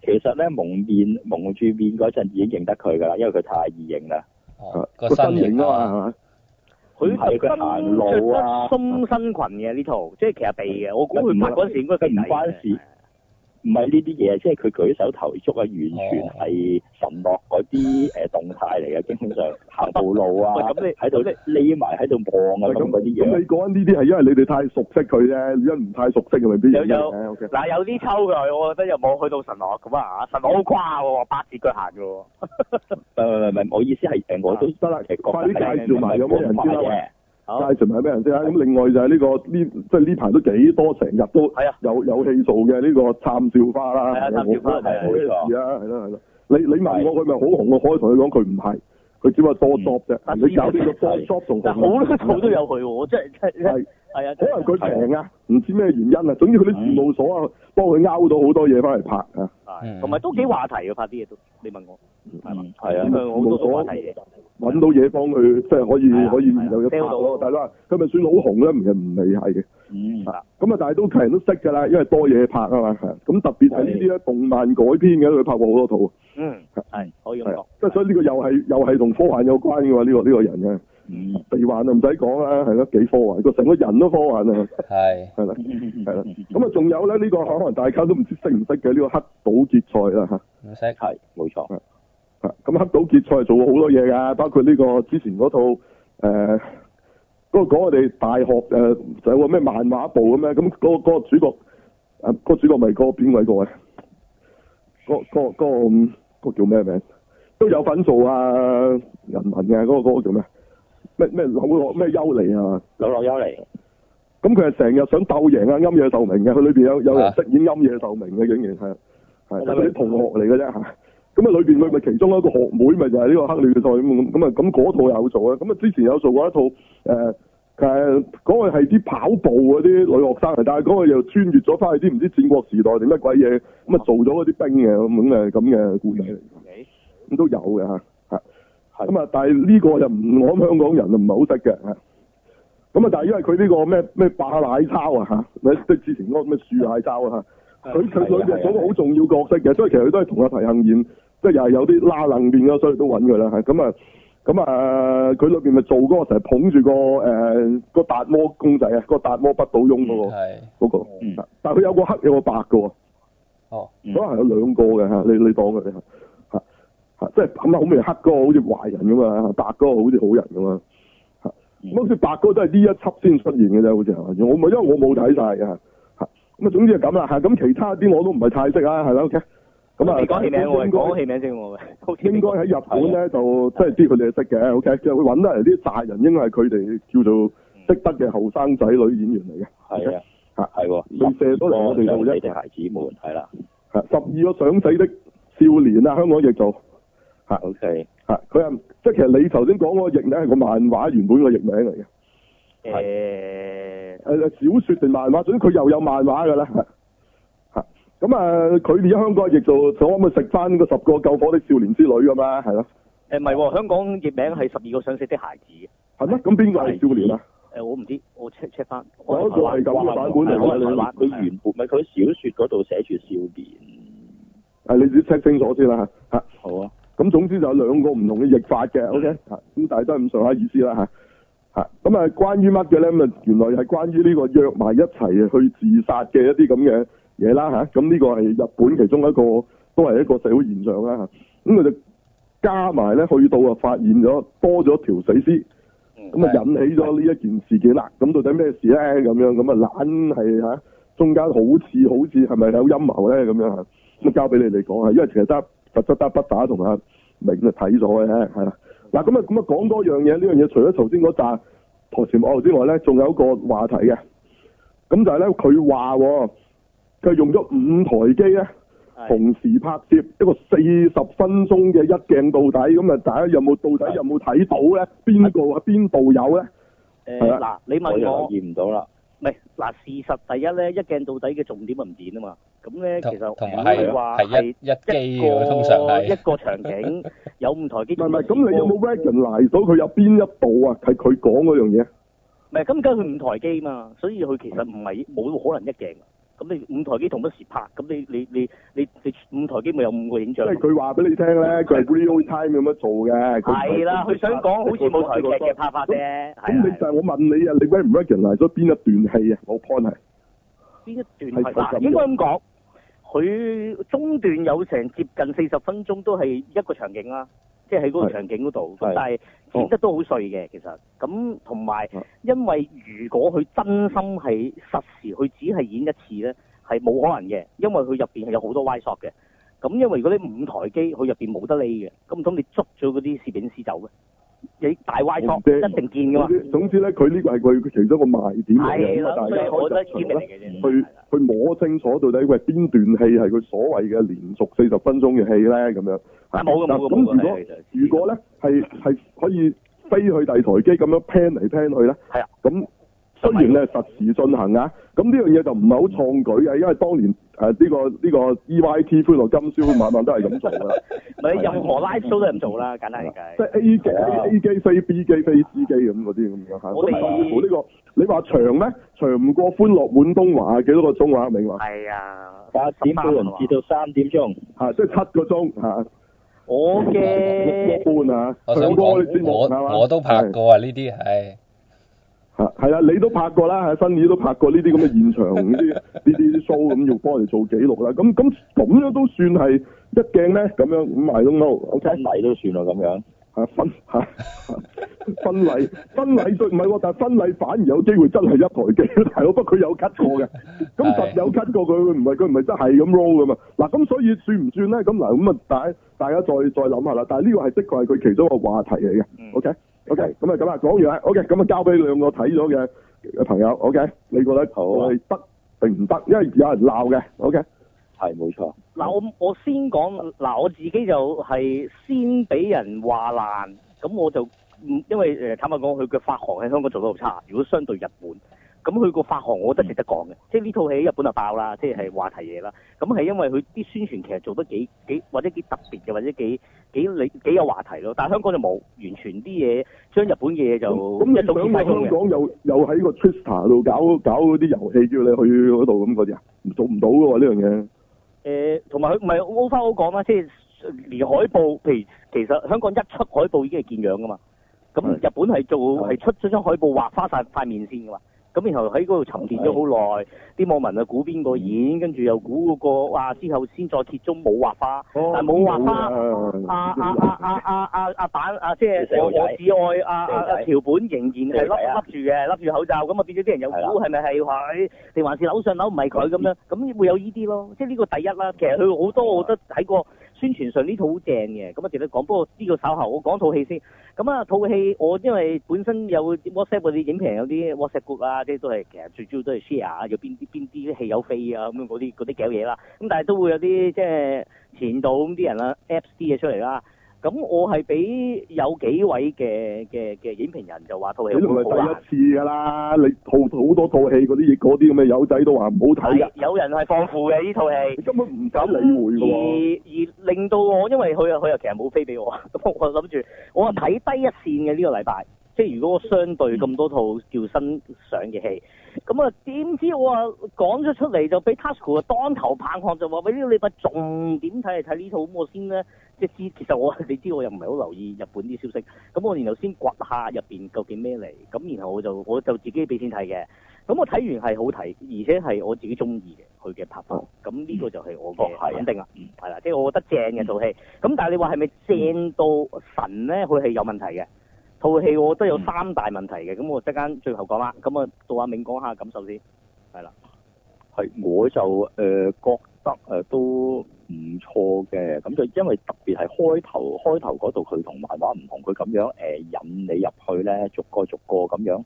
Speaker 3: 其實咧蒙面蒙住面嗰陣已經認得佢㗎啦，因為佢太易認啦。
Speaker 5: 哦
Speaker 1: 個
Speaker 5: 個身形
Speaker 1: 啊
Speaker 5: 啊，
Speaker 1: 嘛，係嘛？
Speaker 6: 佢特
Speaker 3: 唔係佢
Speaker 6: 登
Speaker 3: 行路啊
Speaker 6: 着得鬆身裙嘅呢套，即係其實避嘅。我估佢拍嗰陣時應該避
Speaker 3: 唔關事唔係呢啲嘢，即係佢舉手投足啊，完全係神落嗰啲誒動態嚟嘅，基本上行步路啊，
Speaker 6: 喂咁你
Speaker 3: 喺度匿埋喺度望啊
Speaker 1: 喂
Speaker 3: 咁
Speaker 1: 咁
Speaker 3: 嗰啲
Speaker 1: 咁
Speaker 3: 嘢，
Speaker 1: 你講緊呢啲係因為你哋太熟悉佢啫，如果唔太熟悉就未必
Speaker 6: 有有
Speaker 1: 認得嘅呃 OK
Speaker 6: 嗱，有啲抽佢，我覺得又冇去到神樂咁啊！神樂好誇喎，八字腳行嘅喎。
Speaker 3: 唔係唔係唔係，我意思係誒我都
Speaker 1: 得啦
Speaker 3: 其實覺得
Speaker 1: 快啲介紹埋有咩人知啦喂
Speaker 3: 嘅，
Speaker 6: 啊
Speaker 1: 介紹埋俾人先啦。咁另外就係呢個呢，即係呢排都幾多，成日都
Speaker 6: 係啊
Speaker 1: 有有戲做嘅呢個探照花啦。
Speaker 6: 係啊
Speaker 1: 我
Speaker 6: 探照花
Speaker 1: 我
Speaker 6: 係
Speaker 1: 我
Speaker 3: 冇錯
Speaker 1: 事啊，係啦係啦。你你問我佢咪好紅，我可以同佢講佢唔係，佢只不過多
Speaker 6: 嗯
Speaker 1: job 啫。
Speaker 6: 但
Speaker 1: 你搞呢個多
Speaker 3: 係
Speaker 1: job 仲
Speaker 6: 但
Speaker 1: 紅
Speaker 6: 好多套都有佢喎，我真係真係
Speaker 1: 係
Speaker 6: 係啊！
Speaker 1: 可能佢平啊，唔知咩原因啊。總之佢啲事務所啊，幫佢勾到好多嘢翻嚟拍啊。
Speaker 6: 係同埋都幾話題嘅拍啲嘢都，你問我係嘛
Speaker 3: 嗯？係啊
Speaker 6: 咁佢好多都話題嘅。
Speaker 1: 揾到嘢幫佢，即係可以
Speaker 6: 係啊
Speaker 1: 可
Speaker 6: 係
Speaker 1: 以
Speaker 6: 啊
Speaker 1: 有嘢
Speaker 6: sell
Speaker 1: 拍
Speaker 6: 到
Speaker 1: 咯。但係話佢咪算好紅咧？唔係唔係係嘅。
Speaker 3: 嗯
Speaker 1: 咁啊，但係都其人都識㗎啦，因為多嘢拍啊嘛。係咁特別係呢啲咧動漫改編嘅，佢拍過好多套。
Speaker 6: 嗯，係可以咁
Speaker 1: 係啊
Speaker 6: 講。
Speaker 1: 即係所以呢個又係又係同科幻有關嘅喎。呢個呢個人嘅啊
Speaker 3: 嗯，
Speaker 1: 地幻就唔使講啦，係咯，幾科幻，個成個人都科幻啊，
Speaker 5: 係
Speaker 1: 係啦，
Speaker 3: 系
Speaker 1: 係啦。咁啊，仲有咧，呢、個可能大家都唔知識唔識嘅呢個黑島結賽啦啊嚇。
Speaker 5: 唔識
Speaker 3: 係冇錯，
Speaker 1: 啊咁黑島結賽係做過好多嘢㗎，包括呢個之前嗰套誒，呃嗰、個講我哋大學誒、呃就有個咩漫畫部咁樣，咁嗰、個嗰個主角啊，嗰、個主角咪嗰個邊位個位？啊嗰、嗰個嗰、個嗯嗰個叫咩名？都有份做啊人民嘅嗰、個嗰、個叫咩？咩咩柳樂咩優尼啊？
Speaker 3: 柳樂優嚟，
Speaker 1: 咁佢係成日想鬥贏啊，庵野秀明嘅，佢裏邊有有人飾演庵野秀明嘅，竟然係係佢啲同學嚟嘅啫嚇。咁啊，裏邊佢咪其中一個學妹咪就係呢個黑鳥賽咁咁咁啊，咁嗰套有做啊。咁啊，之前有做過一套誒誒，講佢係啲跑步嗰啲女學生嚟，但係講佢又穿越咗翻去啲唔知戰國時代定乜鬼嘢，咁啊做咗嗰啲兵嘅咁啊咁嘅咁嘅故仔嚟，咁都有嘅嚇嚇。
Speaker 3: 係
Speaker 1: 咁啊，但係呢個就唔我諗香港人就唔係好識嘅嚇。咁啊，但係因為佢呢個咩咩霸奶抄啊嚇，咪即係之前嗰個咩樹奶抄啊嚇，佢佢裏邊做個好重要角色嘅，所以其實佢都係同阿提幸賢，即係又係有啲拉楞面嘅，所以都揾佢啦嚇。咁啊咁啊，佢裏邊咪做嗰個成日捧住個誒個達摩公仔啊，個達摩不倒翁嗰個
Speaker 5: 係
Speaker 1: 嗰個
Speaker 3: 嗯，
Speaker 1: 但係佢有個黑有個白嘅喎。
Speaker 5: 哦
Speaker 3: 嗯
Speaker 1: 可能有兩個嘅嚇，你你當佢哋嚇嚇，即係咁口味黑嗰個好似壞人咁啊，白嗰個好似好人咁啊。嚇
Speaker 6: 嗯
Speaker 1: 咁好似白哥都係呢一輯先出現嘅啫，好似係嘛？我咪因為我冇睇晒嘅嚇，嚇咁啊總之係咁啦嚇，咁其他啲我都唔係太識啊，係啦，OK。咁啊，
Speaker 6: 你講戲名我
Speaker 1: 應
Speaker 6: 係
Speaker 1: 該
Speaker 6: 講戲名啊先我嘅，
Speaker 1: 應該喺日本咧就即係啲佢哋係識嘅，OK，即係會揾得嚟啲大人，應該係佢哋叫做識得嘅後生仔女演員嚟嘅。
Speaker 3: 係啊，
Speaker 1: 嚇
Speaker 3: 係喎，
Speaker 1: 你射多嚟我哋做啫
Speaker 3: 你的孩子們係啦
Speaker 1: 嚇十二個想死的少年啊，香港亦做。
Speaker 3: ，OK，
Speaker 1: 嚇，啊佢係即係其實你頭先講嗰個譯名係個漫畫原本個譯名嚟嘅，
Speaker 6: 誒
Speaker 1: 誒小説定漫畫，總之佢又有漫畫㗎啦 嚇嚇。咁啊，佢哋喺香港譯做可唔可以食翻個十個救火的少年之類㗎嘛？係咯，
Speaker 6: 誒唔係喎，香港譯名係十二個想死的孩子嘅，
Speaker 1: 係咩？咁邊個係少年啊？
Speaker 6: 誒呃我唔知，我 check check 翻，
Speaker 1: 我嗰個
Speaker 6: 我
Speaker 1: 係咁嘅版本嚟
Speaker 3: 可能
Speaker 1: 㗎，
Speaker 3: 係
Speaker 1: 你
Speaker 3: 話佢原本咪佢小説嗰度寫住少年，
Speaker 1: 係啊你自己 check 清楚先啦嚇嚇。
Speaker 3: 好啊，
Speaker 1: 咁總之就有兩個唔同嘅譯法嘅，OK 嚇。咁但係都係咁上下意思啦嚇嚇。咁啊，關於乜嘅咧？咁啊，原來係關於呢個約埋一齊去自殺嘅一啲咁嘅嘢啦嚇。咁呢個係日本其中一個都係一個社會現象啦嚇。咁佢就加埋咧，去到啊發現咗多咗條死屍，咁啊引起咗呢一件事件啦。咁到底咩事咧？咁樣咁啊懶係嚇，中間好似好似係咪有陰謀咧？咁樣嚇。咁啊交俾你哋講啊，因為其實得實質得不打同阿明啊睇咗嘅係啦。嗱咁啊咁啊講多樣嘢，呢樣嘢除咗頭先嗰扎台前幕後之外咧，仲有一個話題嘅。咁就係咧，佢話喎佢係用咗五台機咧，同時拍攝一個四十分鐘嘅一鏡到底，咁啊大家有冇到底有冇睇到咧？邊個啊邊度有咧？
Speaker 6: 誒
Speaker 1: 係
Speaker 6: 呃
Speaker 1: 啊
Speaker 6: 嗱，你
Speaker 3: 我
Speaker 6: 問
Speaker 3: 又
Speaker 6: 我。
Speaker 3: 留意唔到啦，
Speaker 6: 唔係嗱，事實第一咧，一鏡到底嘅重點係唔變啊嘛。咁咧，其實
Speaker 5: 同同埋
Speaker 6: 如果你話
Speaker 5: 係係一
Speaker 6: 係
Speaker 5: 一機
Speaker 6: 一個
Speaker 5: 嘅，通常
Speaker 6: 一
Speaker 5: 係
Speaker 6: 個 場景有五台機。
Speaker 1: 唔係唔係，咁你有冇 recognize 到佢有邊一度啊？係佢講嗰樣嘢。
Speaker 6: 唔係咁，梗係佢五台機嘛，所以佢其實唔係冇可能一鏡㗎。啊咁你五台機同乜時拍？咁你你你你你五台機咪有五個
Speaker 1: 即
Speaker 6: 影像？
Speaker 1: 係佢話俾你聽咧，佢係 real time 咁樣做嘅。佢唔係
Speaker 6: 係啦，佢想講好似舞台劇嘅拍法啫。
Speaker 1: 咁
Speaker 6: 係啊
Speaker 1: 你
Speaker 6: 啦
Speaker 1: 就係我問你啊，你 r e c o g n i z e 咗邊一段戲啊？我 point 係
Speaker 6: 邊一段係
Speaker 1: 係就咁
Speaker 6: 嗱，
Speaker 1: 樣
Speaker 6: 應該咁講，佢中段有成接近四十分鐘都係一個場景啦，即係喺嗰個
Speaker 1: 係
Speaker 6: 場景嗰度，
Speaker 3: 係
Speaker 6: 咁但係剪得都好碎嘅其實。咁同埋
Speaker 1: 啊
Speaker 6: 因為如果佢真心係實時，佢只係演一次咧，係冇可能嘅，因為佢入邊係有好多歪索嘅。咁因為如果你五台機，佢入邊冇得匿嘅，咁唔通你捉咗嗰啲攝影師走咩？你大歪索
Speaker 1: 我唔知
Speaker 6: 一定見
Speaker 1: 總
Speaker 6: 噶嘛？
Speaker 1: 之總之咧，佢呢個係佢其中一個賣點嚟
Speaker 6: 係
Speaker 1: 嘅，咁
Speaker 6: 啦，
Speaker 1: 啊大
Speaker 6: 所以
Speaker 1: 家
Speaker 6: 我覺
Speaker 1: 可
Speaker 6: 得
Speaker 1: 以入
Speaker 6: 堅
Speaker 1: 場
Speaker 6: 嚟
Speaker 1: 啦
Speaker 6: 嘅啫。
Speaker 1: 去去摸清楚到底喂邊段戲係佢所謂嘅連續四十分鐘嘅戲咧咁樣。
Speaker 6: 啊冇嘅
Speaker 1: 嗱
Speaker 6: 冇嘅
Speaker 1: 咁
Speaker 6: 冇嘅
Speaker 1: 如果如
Speaker 6: 係係
Speaker 1: 果咧係係可以飛去第二台機咁樣 pan 嚟 pan 去咧，
Speaker 6: 係啊，
Speaker 1: 咁雖然咧實時進行啊，咁呢樣嘢就唔係好創舉嘅，因為當年誒呢、個呢、個 EYT 歡樂今宵晚晚都係咁做㗎 啦。
Speaker 6: 唔係任何 live show 都係咁做啦，簡單嚟
Speaker 1: 即係
Speaker 6: 計。
Speaker 1: A 機、
Speaker 3: 係啊
Speaker 1: A 機飛 B 機飛 C 機咁嗰啲咁樣嚇。
Speaker 6: 我哋
Speaker 1: 咁甚至乎呢個你話長咩？長唔過歡樂滿東華幾多個鐘啊？明話
Speaker 6: 係啊，
Speaker 3: 八點到唔至到三點鐘，
Speaker 1: 嚇，即係七個鐘嚇。
Speaker 6: 我 嘅
Speaker 1: 一般啊，
Speaker 5: 我想
Speaker 1: 上過我哋節
Speaker 5: 講，
Speaker 1: 目係嘛
Speaker 5: 我我都拍過啊，呢啲係
Speaker 1: 係啦，你都拍過啦，係新宇都拍過呢啲咁嘅現場呢啲呢啲 show 咁，要幫人哋做記錄啦。咁咁咁樣都算係一鏡咧，咁樣咁 I don't know，OK，
Speaker 3: 真禮都算啦咁樣。
Speaker 1: 係啊婚係婚禮婚禮最唔係喎，但係婚禮反而有機會真係一台機，大佬不過佢有 cut 過嘅，咁
Speaker 5: 係
Speaker 1: 實有 cut 過佢，佢唔係佢唔係真係咁 roll 噶嘛。嗱咁所以算唔算咧？咁嗱咁啊，大家大家再再諗下啦。但係呢個係的確係佢其中一個話題嚟嘅
Speaker 6: 嗯。
Speaker 1: OK OK，咁啊咁啊講完啦。OK，咁啊交俾兩個睇咗嘅嘅朋友。OK，你覺得
Speaker 3: 好啊
Speaker 1: 我哋得定唔得？因為有人鬧嘅。OK，
Speaker 3: 係冇錯，
Speaker 6: 嗱，我我先講嗱，我自己就係先俾人話爛，咁我就嗯因為誒坦白講，佢嘅發行喺香港做得好差，如果相對日本，咁佢個發行我覺得值得
Speaker 1: 嗯
Speaker 6: 講嘅，即係呢套戲喺日本就爆啦，即係話題嘢啦。咁係因為佢啲宣傳其實做得幾幾或者幾特別嘅，或者幾幾理幾有話題咯。但係香港就冇，完全啲嘢將日本嘢就
Speaker 1: 咁
Speaker 6: 一
Speaker 1: 你
Speaker 6: 早
Speaker 1: 想
Speaker 6: 見
Speaker 1: 去
Speaker 6: 曬
Speaker 1: 香
Speaker 6: 風嘅。
Speaker 1: 港又又喺個 Twister 度搞搞嗰啲遊戲，叫你去嗰度咁嗰啲啊？做唔到嘅喎呢樣嘢。
Speaker 6: 誒，呃同埋佢唔係 o f 好講啦，即係連海報，譬如其實香港一出海報已經係見樣噶嘛。咁
Speaker 1: 係
Speaker 6: 日本係做
Speaker 3: 係
Speaker 6: 係出咗張海報畫花晒塊面先噶嘛。咁然後喺嗰度沉澱咗好耐，啲網民啊估邊個演，跟住又估嗰個哇之後先再揭盅冇畫花。
Speaker 1: 哦
Speaker 6: 但冇話花
Speaker 1: 冇
Speaker 6: 啊啊啊啊啊啊啊板啊，即係
Speaker 3: 細
Speaker 6: 我
Speaker 3: 路仔
Speaker 6: 我至愛啊啊啊條本仍然
Speaker 3: 細
Speaker 6: 係
Speaker 3: 路仔啊
Speaker 6: 笠笠住嘅，笠住口罩咁啊，變咗啲人有估
Speaker 3: 係啦嗯
Speaker 6: 係咪係佢，定還是樓上樓唔係佢咁樣，咁會有呢啲咯，即係呢個第一啦。其實佢好多，我覺得喺個宣傳上呢套好正嘅，咁啊值得講。不過呢個稍後我講套戲先。咁啊套戲我因為本身有 WhatsApp 嗰啲影評有啲 WhatsApp group 啦，即係都係其實最主要都係 share 啊有邊啲邊啲戲有飛啊咁樣嗰啲嗰啲嘅嘢啦。咁但係都會有啲即係前度咁啲人啦 Apps 啲嘢出嚟啦。咁我係俾有幾位嘅嘅嘅影評人就話套戲
Speaker 1: 呢度
Speaker 6: 好好
Speaker 1: 係
Speaker 6: 啊
Speaker 1: 第一次㗎啦，你套好多套戲嗰啲嗰啲咁嘅友仔都話唔好睇㗎
Speaker 6: 係，有人係放負嘅呢套戲
Speaker 1: 你。根本唔敢
Speaker 6: 咁
Speaker 1: 理會㗎喎。
Speaker 6: 而而令到我，因為佢又佢又其實冇飛 俾我，咁我諗住我係睇低一線嘅呢個禮拜，即係如果我相對咁多套叫新上嘅戲，咁啊點知我啊講咗出嚟就俾 Tasco 啊當頭棒喝就話喂呢個禮拜重點睇啊係睇呢套，咁我先咧即係知其實我你知我又唔係好留意日本啲消息，咁我然後先掘下入邊究竟咩嚟，咁然後我就 我就自己俾錢睇嘅。咁我睇完係好睇，而且係我自己中意嘅佢嘅拍法。咁呢個就係我
Speaker 3: 哦係
Speaker 6: 嘅
Speaker 3: 啊
Speaker 6: 肯定啦，係啦，即係我覺得正嘅套戲。咁但係你話係咪正到神咧？佢係有問題嘅。套戲我覺得有
Speaker 3: 嗯
Speaker 6: 三大問題嘅，咁我即間最後講啦。咁啊，到阿銘講下感受先。
Speaker 3: 係我就誒、呃、覺得誒、呃都唔錯嘅，咁就因為特別係開頭開頭嗰度佢同漫畫唔同，佢咁樣誒、呃引你入去咧，逐個逐個咁樣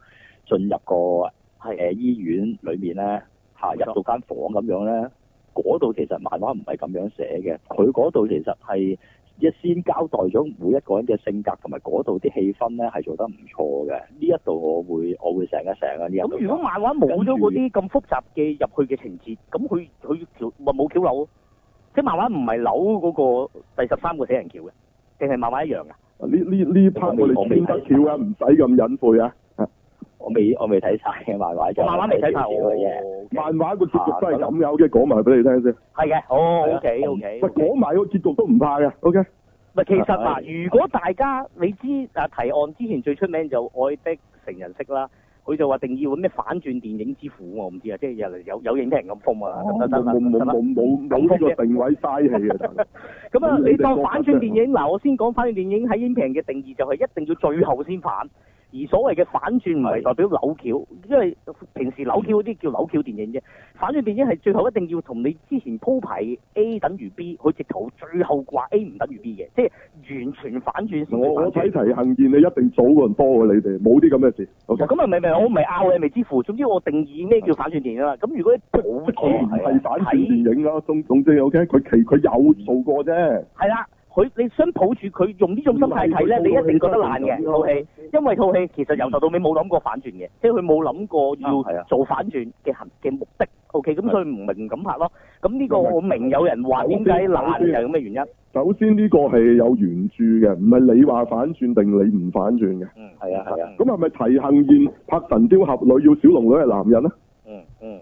Speaker 3: 進入個誒、呃、醫院裏面咧嚇、
Speaker 6: 冇錯
Speaker 3: 入到間房咁樣咧，嗰度其實漫畫唔係咁樣寫嘅，佢嗰度其實係。一先交代咗每一個人嘅性格同埋嗰度啲氣氛咧係做得唔錯嘅，呢一度我會我會醒一醒啊！呢一度
Speaker 6: 咁如果漫畫冇咗嗰啲咁複雜嘅入去嘅情節，咁佢佢橋咪冇橋扭，即係漫畫唔係扭嗰個第十三個死人橋嘅，定係漫畫一樣㗎？
Speaker 1: 呢呢呢 part 我哋先得巧啊，唔使咁隱晦啊。
Speaker 3: 我未我未睇晒嘅漫畫就
Speaker 6: 漫畫未睇晒
Speaker 3: 少少嘅啫。
Speaker 6: 我。
Speaker 1: 漫畫個結
Speaker 6: 啊
Speaker 1: 局都係咁嘅，OK，講埋俾你聽先。
Speaker 6: 係嘅，哦
Speaker 3: 係啊
Speaker 6: ，OK OK，
Speaker 1: 喂，講埋個結局都唔怕嘅，OK。
Speaker 6: 唔係其實嗱，如果大家你知啊提案之前最出名就愛的成人式啦，佢就話定義會咩反轉電影之父，我唔知啊，即係有有有影評咁風啊，得得
Speaker 1: 冇冇冇
Speaker 6: 得得得
Speaker 1: 冇冇冇呢個定位嘥氣啊！大佬
Speaker 6: 咁啊，
Speaker 1: 你
Speaker 6: 你
Speaker 1: 哋
Speaker 6: 當
Speaker 1: 覺得
Speaker 6: 反轉電影嗱，我先講反轉電影喺影評嘅定義就係一定要最後先反，而所謂嘅反轉唔係
Speaker 3: 係
Speaker 6: 代表扭橋，因為平時扭橋嗰啲叫扭橋電影啫，反轉電影係最後一定要同你之前鋪排 A 等於 B，佢直頭最後話 A 唔等於 B 嘅，即係完全反轉先
Speaker 1: 我
Speaker 6: 叫
Speaker 1: 我
Speaker 6: 反
Speaker 1: 睇
Speaker 6: 轉。
Speaker 1: 提行健，你一定早過人多過你哋，冇啲咁嘅事。OK，
Speaker 6: 咁啊，唔係唔係，我唔係拗你，未知乎。總之我定義咩叫反轉電影啦。咁如果你普
Speaker 1: 佢唔
Speaker 6: 通啊
Speaker 1: 係反轉
Speaker 6: 睇
Speaker 1: 電影啦，總總之 OK，佢其佢有做過啫。
Speaker 6: 係啦，佢你想抱住佢用呢種心態睇
Speaker 3: 嗯
Speaker 6: 咧，你一定覺得爛嘅套戲，因為套戲其實由頭到尾冇諗過反轉嘅，即係佢冇諗過
Speaker 3: 嗯係
Speaker 6: 要
Speaker 3: 啊
Speaker 6: 做反轉嘅行嘅目的。O K，咁所以唔明咁拍咯。咁呢個我明有人話點解爛就係咁嘅原因。
Speaker 1: 首先呢個係有原著嘅，唔係你話反轉定你唔反轉嘅。
Speaker 6: 嗯，
Speaker 3: 係啊係啊，
Speaker 1: 咁係咪提行燕拍神雕俠侶要小龍女係男人咧？啊
Speaker 6: 嗯嗯，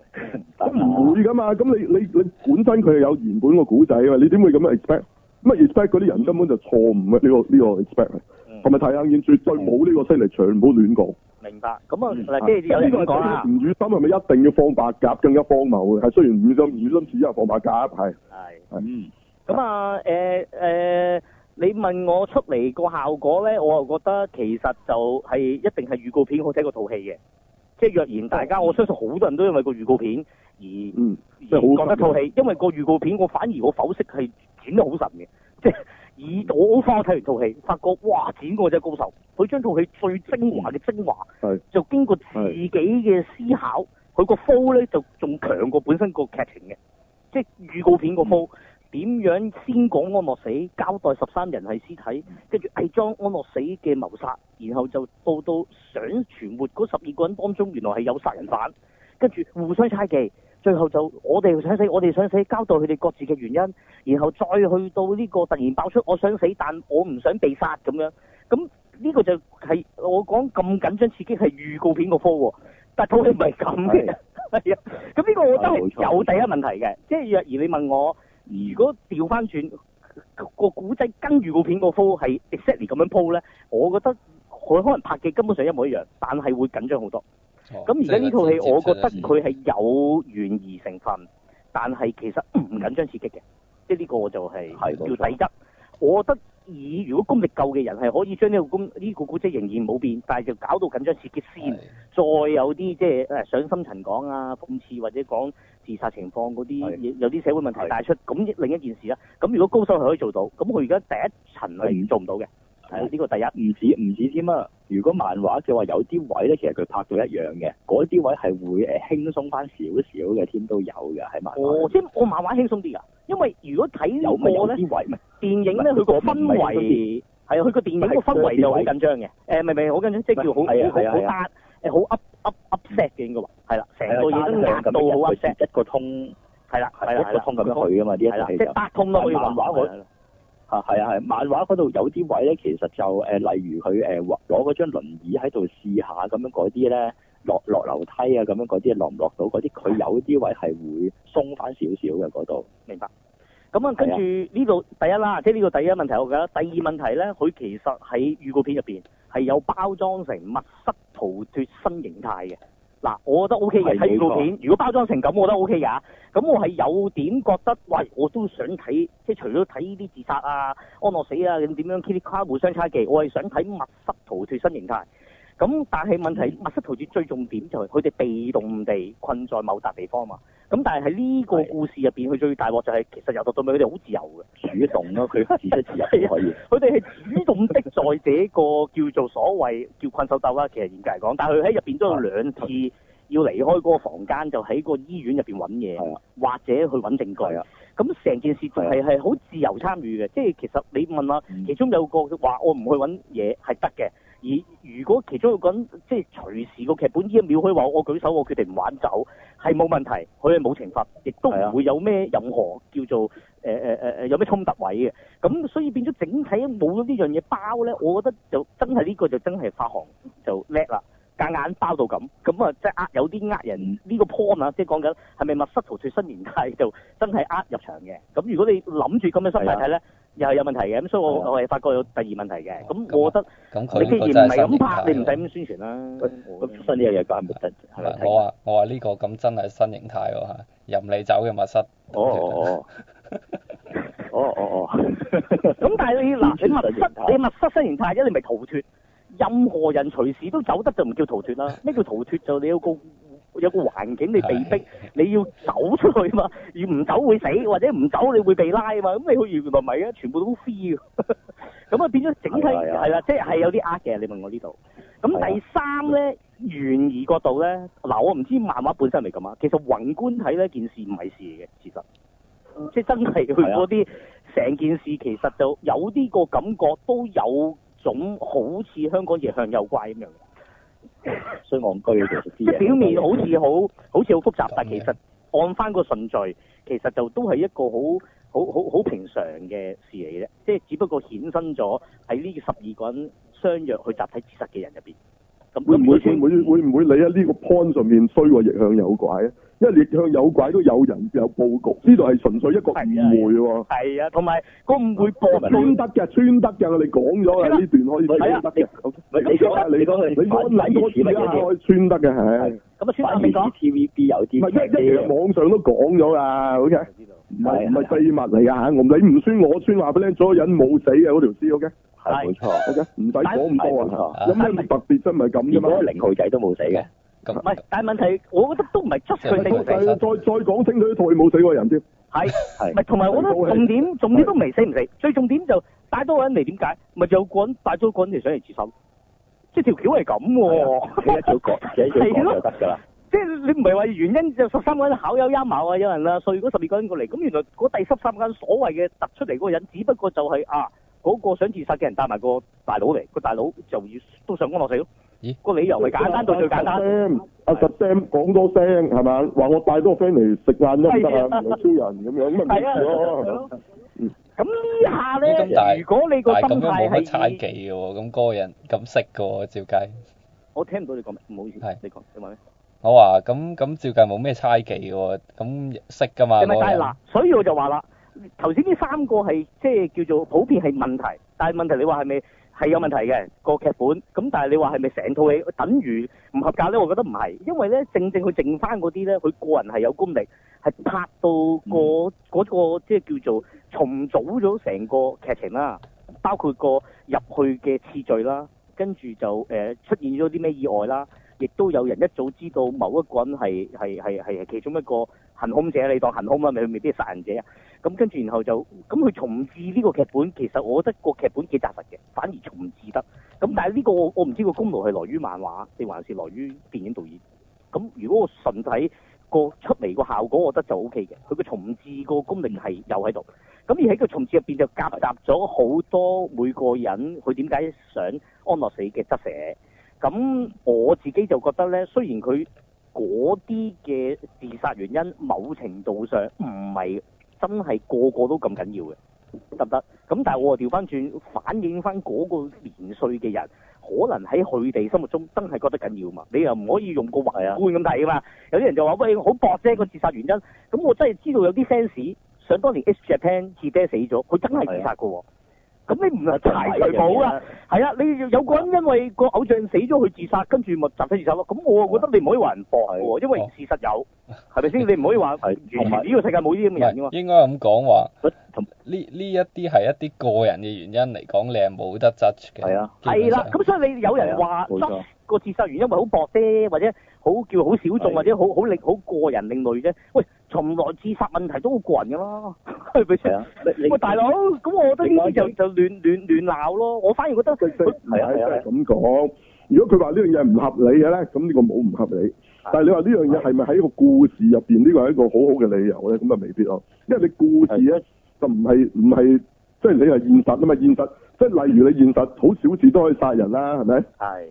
Speaker 1: 咁唔會噶嘛？咁你你你本身佢係有原本個古仔啊嘛，你點會咁樣 expect？乜 expect 嗰啲人根本就錯誤嘅呢個呢、個 expect 係
Speaker 6: 嗯
Speaker 1: 同埋睇硬件絕對冇呢個犀利場，唔好亂講。
Speaker 6: 明白。咁啊，
Speaker 3: 嗯
Speaker 6: 嗱，即係有
Speaker 1: 呢
Speaker 6: 人
Speaker 1: 個
Speaker 6: 咁講啦
Speaker 1: 係，吳宇森係咪一定要放白鴿更加荒謬嘅？係雖然吳宇森吳宇森只係放白鴿，係
Speaker 6: 係。
Speaker 3: 嗯，
Speaker 6: 咁啊，誒、誒、你問我出嚟個效果咧，我又覺得其實就係一定係預告片好睇過套戲嘅。即係若然大家，我相信好多人都因為個預告片而
Speaker 1: 嗯
Speaker 6: 而
Speaker 1: 係好
Speaker 6: 覺得套戲，因為個預告片我反而我剖析係剪得好神嘅，即係以我翻睇完套戲，發覺哇剪過真係高手，佢將套戲最精華嘅精華
Speaker 1: 係
Speaker 6: 就經過自己嘅思考，佢個 flow 咧就仲強過本身個劇情嘅，即係預告片個 flow。點樣先講安樂死，交代十三人係屍體，跟住偽裝安樂死嘅謀殺，然後就到到想存活嗰十二個人當中，原來係有殺人犯，跟住互相猜忌，最後就我哋想死，我哋想死，交代佢哋各自嘅原因，然後再去到呢個突然爆出我想死，但我唔想被殺咁樣，咁呢個就係、我講咁緊張刺激係預告片個科喎，但套戲唔係咁嘅，係啊，咁呢個我覺得係
Speaker 3: 係冇錯
Speaker 6: 有第一問題嘅，即係若然你問我。如果調翻轉個古仔跟預告片個 flow 係 exactly 咁樣鋪咧，我覺得佢可能拍嘅根本上一模一樣，但係會緊張好多。
Speaker 5: 哦
Speaker 6: 咁而家呢套戲，我覺得佢係有懸疑成分，但係其實 唔緊張刺激嘅，即係呢個我就係
Speaker 3: 係冇錯
Speaker 6: 叫第一。我覺得以如果功力夠嘅人係可以將呢個功呢、個古仔仍然冇變，但係就搞到緊張刺激先。再有啲即係誒上深層講啊、諷刺或者講自殺情況嗰
Speaker 3: 係
Speaker 6: 啲，有啲社會問題
Speaker 3: 係
Speaker 6: 帶出，咁另一件事啦。咁如果高手係可以做到，咁佢而家第一層係
Speaker 3: 係
Speaker 6: 做唔到嘅，係啊呢個第一。
Speaker 3: 唔止唔止添啊！如果漫畫嘅話，有啲位咧，其實佢拍到一樣嘅，嗰啲位係會誒輕鬆翻少少嘅，添都有嘅喺漫
Speaker 6: 哦
Speaker 3: 畫，。
Speaker 6: 即係我漫畫輕鬆啲㗎，因為如果睇
Speaker 3: 有咪有啊
Speaker 6: 呢個
Speaker 3: 啲
Speaker 6: 咧
Speaker 3: 位咪
Speaker 6: 電影咧，佢個氛圍係啊，佢個電影個氛圍就好緊張嘅。誒，唔係唔係好緊張，即係叫好
Speaker 3: 係啊係啊
Speaker 6: 好好
Speaker 3: 係啊
Speaker 6: 搭誒好 up up upset 嘅應該話係啦，
Speaker 3: 呃
Speaker 6: 成個嘢都
Speaker 3: 啊
Speaker 6: 壓到好 upset，
Speaker 3: 一個通
Speaker 6: 係啦係啦係
Speaker 3: 一個
Speaker 6: 啦，
Speaker 3: 通咁樣去噶嘛，呢一
Speaker 6: 係啦，
Speaker 3: 套
Speaker 6: 即
Speaker 3: 戲就
Speaker 6: 係搭通咯可以話。
Speaker 3: 漫畫我
Speaker 6: 係啦
Speaker 3: 嚇係啊係，漫畫嗰度有啲位咧，其實就誒、呃例如佢誒攞嗰張輪椅喺度試下咁樣嗰啲咧，落落樓梯啊咁樣嗰啲落唔落到嗰啲，佢有啲位係會鬆翻少少嘅嗰度。
Speaker 6: 咁啊，跟住呢度第一啦，即係呢個第一問題，我覺得。第二問題咧，佢其實喺預告片入邊係有包裝成密室逃脱新形態嘅。嗱，我覺得 O K 嘅
Speaker 3: 係冇錯
Speaker 6: 睇預告片，如果包裝成咁，我覺得 O K 㗎。咁我係有點覺得，喂，我都想睇，即係除咗睇呢啲自殺啊、安樂死啊，咁點樣 kitty 卡互相猜忌，我係想睇密室逃脱新形態。咁但係問題，
Speaker 3: 嗯
Speaker 6: 密室逃脱最重點就係佢哋被動地困在某笪地方嘛。咁但係喺呢個故事入邊，佢最大鑊就係其實由頭到尾佢哋好自由嘅。
Speaker 3: 主動咯，佢自出自入都可以。
Speaker 6: 佢哋係主動的在這個叫做所謂叫困獸鬥啦，其實嚴格嚟講，但係佢喺入邊都有兩次要離開嗰個房間，就喺個醫院入邊揾嘢，
Speaker 3: 係啊
Speaker 6: 或者去揾證
Speaker 3: 係
Speaker 6: 據
Speaker 3: 啊。
Speaker 6: 咁成件事就係係好自由參與嘅，即係其實你問下，
Speaker 3: 嗯
Speaker 6: 其中有個話我唔去揾嘢係得嘅。而如果其中一個人即係隨時個劇本呢一秒可以話我舉手，我決定唔玩走，係冇問題，佢係冇懲罰，亦都
Speaker 3: 係啊
Speaker 6: 唔會有咩任何叫做誒誒誒誒有咩衝突位嘅。咁所以變咗整體冇咗呢樣嘢包咧，我覺得就真係呢個就真係發行就叻啦，夾硬包到咁，咁啊即係呃有啲呃人呢個 point 啊，即係講緊係咪密室逃脱新年界就真係呃入場嘅。咁如果你諗住咁樣
Speaker 5: 啊
Speaker 6: 心態睇咧，又係有問題嘅。咁所
Speaker 3: 係
Speaker 6: 以
Speaker 3: 啊
Speaker 6: 我我係發覺有第二問題嘅。
Speaker 5: 哦
Speaker 6: 咁
Speaker 5: 咁
Speaker 6: 我覺得
Speaker 5: 咁佢
Speaker 6: 你既
Speaker 5: 呢個
Speaker 6: 然
Speaker 5: 真係
Speaker 6: 唔
Speaker 5: 啊
Speaker 6: 係
Speaker 5: 新
Speaker 6: 咁拍，你唔
Speaker 5: 形態。
Speaker 6: 使咁宣傳啦。我
Speaker 3: 咁出身呢樣嘢梗係冇得係咪
Speaker 5: 我話我話呢個咁真係新形態喎嚇，任你走嘅密室。
Speaker 3: 哦哦哦哦 哦哦，
Speaker 6: 咁但係你嗱，你密
Speaker 3: 新形
Speaker 6: 室
Speaker 3: 態
Speaker 6: 你密室新形態啫，你咪逃脱。任何人隨時都走得就唔叫逃脱 啦。咩叫逃脱？就你有個有個環境你被逼，你要走出去嘛。而唔走會死，或者唔走你會被拉嘛。咁你去原來唔係啊，全部都 free 嘅。咁啊變咗整體
Speaker 3: 係啊係啊
Speaker 6: 係啦，即係係有啲呃嘅。你問我呢度。咁
Speaker 3: 係啊
Speaker 6: 第三咧，懸疑角度咧，嗱我唔知漫畫本身係咪咁啊。其實宏觀睇呢件事唔係事嚟嘅，事實。即係真係佢嗰
Speaker 3: 啊
Speaker 6: 啲成件事其實就有啲個感覺都有種好似香港夜向右怪咁樣，
Speaker 3: 衰戇居嘅其實
Speaker 6: 即
Speaker 3: 啲嘢，
Speaker 6: 係表面好似好好似好複雜
Speaker 5: 咁嘅，
Speaker 6: 但其實按翻個順序，其實就都係一個好好好好平常嘅事嚟嘅啫，即係只不過衍生咗喺呢十二個人相約去集體自殺嘅人入邊。咁
Speaker 1: 會唔會
Speaker 6: 咁
Speaker 1: 會唔會會唔會你喺呢個 point 上面衰過逆向有怪啊？因為逆向有拐都有人有佈局，呢度係純粹一個誤會喎。
Speaker 6: 係啊，同埋個誤會播到
Speaker 1: 穿得嘅，穿得嘅，我哋講咗啦，呢段可以
Speaker 6: 係
Speaker 1: 穿
Speaker 6: 啊
Speaker 1: 得嘅。
Speaker 3: 喂你講啊，你講佢
Speaker 1: 你講諗多次啦，可以穿得嘅係。
Speaker 6: 咁啊，先
Speaker 3: 反
Speaker 6: 生
Speaker 3: 而
Speaker 6: 你講
Speaker 3: 啲 TVB 有
Speaker 1: 唔
Speaker 3: 啲
Speaker 1: 係一一樣
Speaker 3: 嘅，
Speaker 1: 網上都講咗啦，OK，唔係唔係秘密嚟㗎嚇，我你唔穿我穿話俾你聽，所有人冇死嘅嗰條屍，OK
Speaker 3: 係冇錯。
Speaker 1: OK，唔使講咁
Speaker 3: 係冇
Speaker 1: 多啊，
Speaker 3: 錯，
Speaker 5: 啊
Speaker 1: 有咩特別真咪咁
Speaker 3: 如
Speaker 1: 啫嘛
Speaker 3: 果。零號仔都冇 死嘅，
Speaker 5: 咁
Speaker 6: 唔係，但係問題，我覺得都唔係執
Speaker 1: 再
Speaker 5: 即係
Speaker 6: 佢哋
Speaker 5: 冇
Speaker 1: 再
Speaker 5: 死
Speaker 6: 死，
Speaker 1: 再講清楚啲套戲冇死過人添，
Speaker 6: 係
Speaker 3: 係
Speaker 6: 咪同埋我覺得重點重點都唔係死唔死，最重點就帶多個人嚟點解？咪有個人帶咗個人嚟想嚟自首，即係條橋係咁喎。
Speaker 3: 你一早講，你一早講就得㗎啦。
Speaker 6: 即係你唔係話原因就十三個人考有陰謀啊，有人啊，所以嗰十二個人過嚟，咁原來嗰第十三個人所謂嘅突出嚟嗰個人，只不過就係、啊嗰、個想自殺嘅人帶埋個大佬嚟，個大佬就要都上江落水咯。
Speaker 5: 咦
Speaker 6: 個理由咪簡單到最簡單，
Speaker 1: 單。阿實 Sam 講多聲係咪？話我帶多個 friend 嚟食晏都唔得啊，唔超人咁樣，咁咪
Speaker 6: 係
Speaker 1: 冇
Speaker 6: 啊
Speaker 1: 事咯。。
Speaker 6: 咁呢下
Speaker 5: 嗯咁但
Speaker 6: 咧，
Speaker 5: 係
Speaker 6: 如果你
Speaker 5: 但
Speaker 6: 個
Speaker 5: 係咁
Speaker 6: 心
Speaker 5: 樣冇
Speaker 6: 態
Speaker 5: 乜猜忌
Speaker 6: 係，
Speaker 5: 嘅喎，咁嗰個人咁識嘅喎，照計。
Speaker 6: 我聽唔到你講咩，唔好意思
Speaker 5: 係，
Speaker 6: 你講你話咩？
Speaker 5: 我話咁咁照計冇咩猜忌嘅喎，咁識噶嘛
Speaker 6: 係咪
Speaker 5: 嗰個
Speaker 6: 但係
Speaker 5: 人
Speaker 6: 嗱，所以我就話啦，頭先呢三個係即係叫做普遍係問題，但係問題你話係咪係有問題嘅個劇本？咁但係你話係咪成套戲等於唔合格咧？我覺得唔係，因為咧正正佢剩翻嗰啲咧，佢個人係有功力，係拍到
Speaker 5: 嗯
Speaker 6: 個嗰、個即係叫做重組咗成個劇情啦，包括個入去嘅次序啦，跟住就誒、呃出現咗啲咩意外啦。亦都有人一早知道某一個人係係係係其中一個行兇者，你當行兇啦，咪未必係殺人者啊。咁跟住然後就咁佢重置呢個劇本，其實我覺得個劇本幾紮實嘅，反而重置得。咁但係呢個我我唔知個功勞係來於漫畫定還是來於電影導演。咁如果我純睇個出嚟個效果，我覺得就 O K 嘅。佢個重置個功力係有喺度。咁而喺個重置入邊就夾雜咗好多每個人佢點解想安樂死嘅側寫。咁我自己就覺得呢，雖然佢嗰啲嘅自殺原因某程度上唔係真係個個都咁緊要嘅，得唔得？咁但係我調翻轉反映翻嗰個年歲嘅人，可能喺佢哋心目中真係覺得緊要嘛。你又唔可以用個宏觀咁睇啊嘛。有啲人就話喂好薄啫個自殺原因，咁我真係知道有啲 fans 想當年 H Japan 自爹死咗，佢真係自殺嘅喎。咁你唔係排除冇啊？係啊，你有個人因為個偶像死咗，佢自殺，跟住咪集體自殺咯。咁我覺得你唔可以話人搏喎，因為
Speaker 5: 哦
Speaker 6: 事實有，係咪先？你唔可以話完
Speaker 3: 係
Speaker 6: 全呢個世界冇呢啲咁
Speaker 5: 唔
Speaker 6: 嘅人噶嘛
Speaker 5: 係。應該咁講話
Speaker 3: 佢同，
Speaker 5: 呢呢一啲係一啲個人嘅原因嚟講，你係冇得 judge 嘅。
Speaker 3: 係啊，
Speaker 6: 係啦，
Speaker 5: 基
Speaker 6: 咁所以你有人話
Speaker 3: 啊冇 錯
Speaker 6: 個自殺原因咪好薄啫，或者好叫好小眾，
Speaker 3: 係
Speaker 6: 或者好好另好個人另類啫。喂，從來自殺問題都好個人噶啦， 係咪
Speaker 3: 係
Speaker 6: 先？
Speaker 3: 啊，你你
Speaker 6: 喂，大佬，咁我覺得呢啲就
Speaker 3: 你
Speaker 6: 就亂亂亂鬧咯。我反而覺得
Speaker 1: 即係即係
Speaker 6: 佢
Speaker 1: 唔係真係咁講。如果佢話呢樣嘢唔合理嘅咧，咁呢個冇唔合理。但係你話呢樣嘢係咪喺個故事入邊呢個係一個好好嘅理由咧？咁啊未必咯，因為你故事咧就唔係唔係即係你係現實啊嘛，現實即係例如你現實好少事都可以殺人啦，係咪？
Speaker 6: 係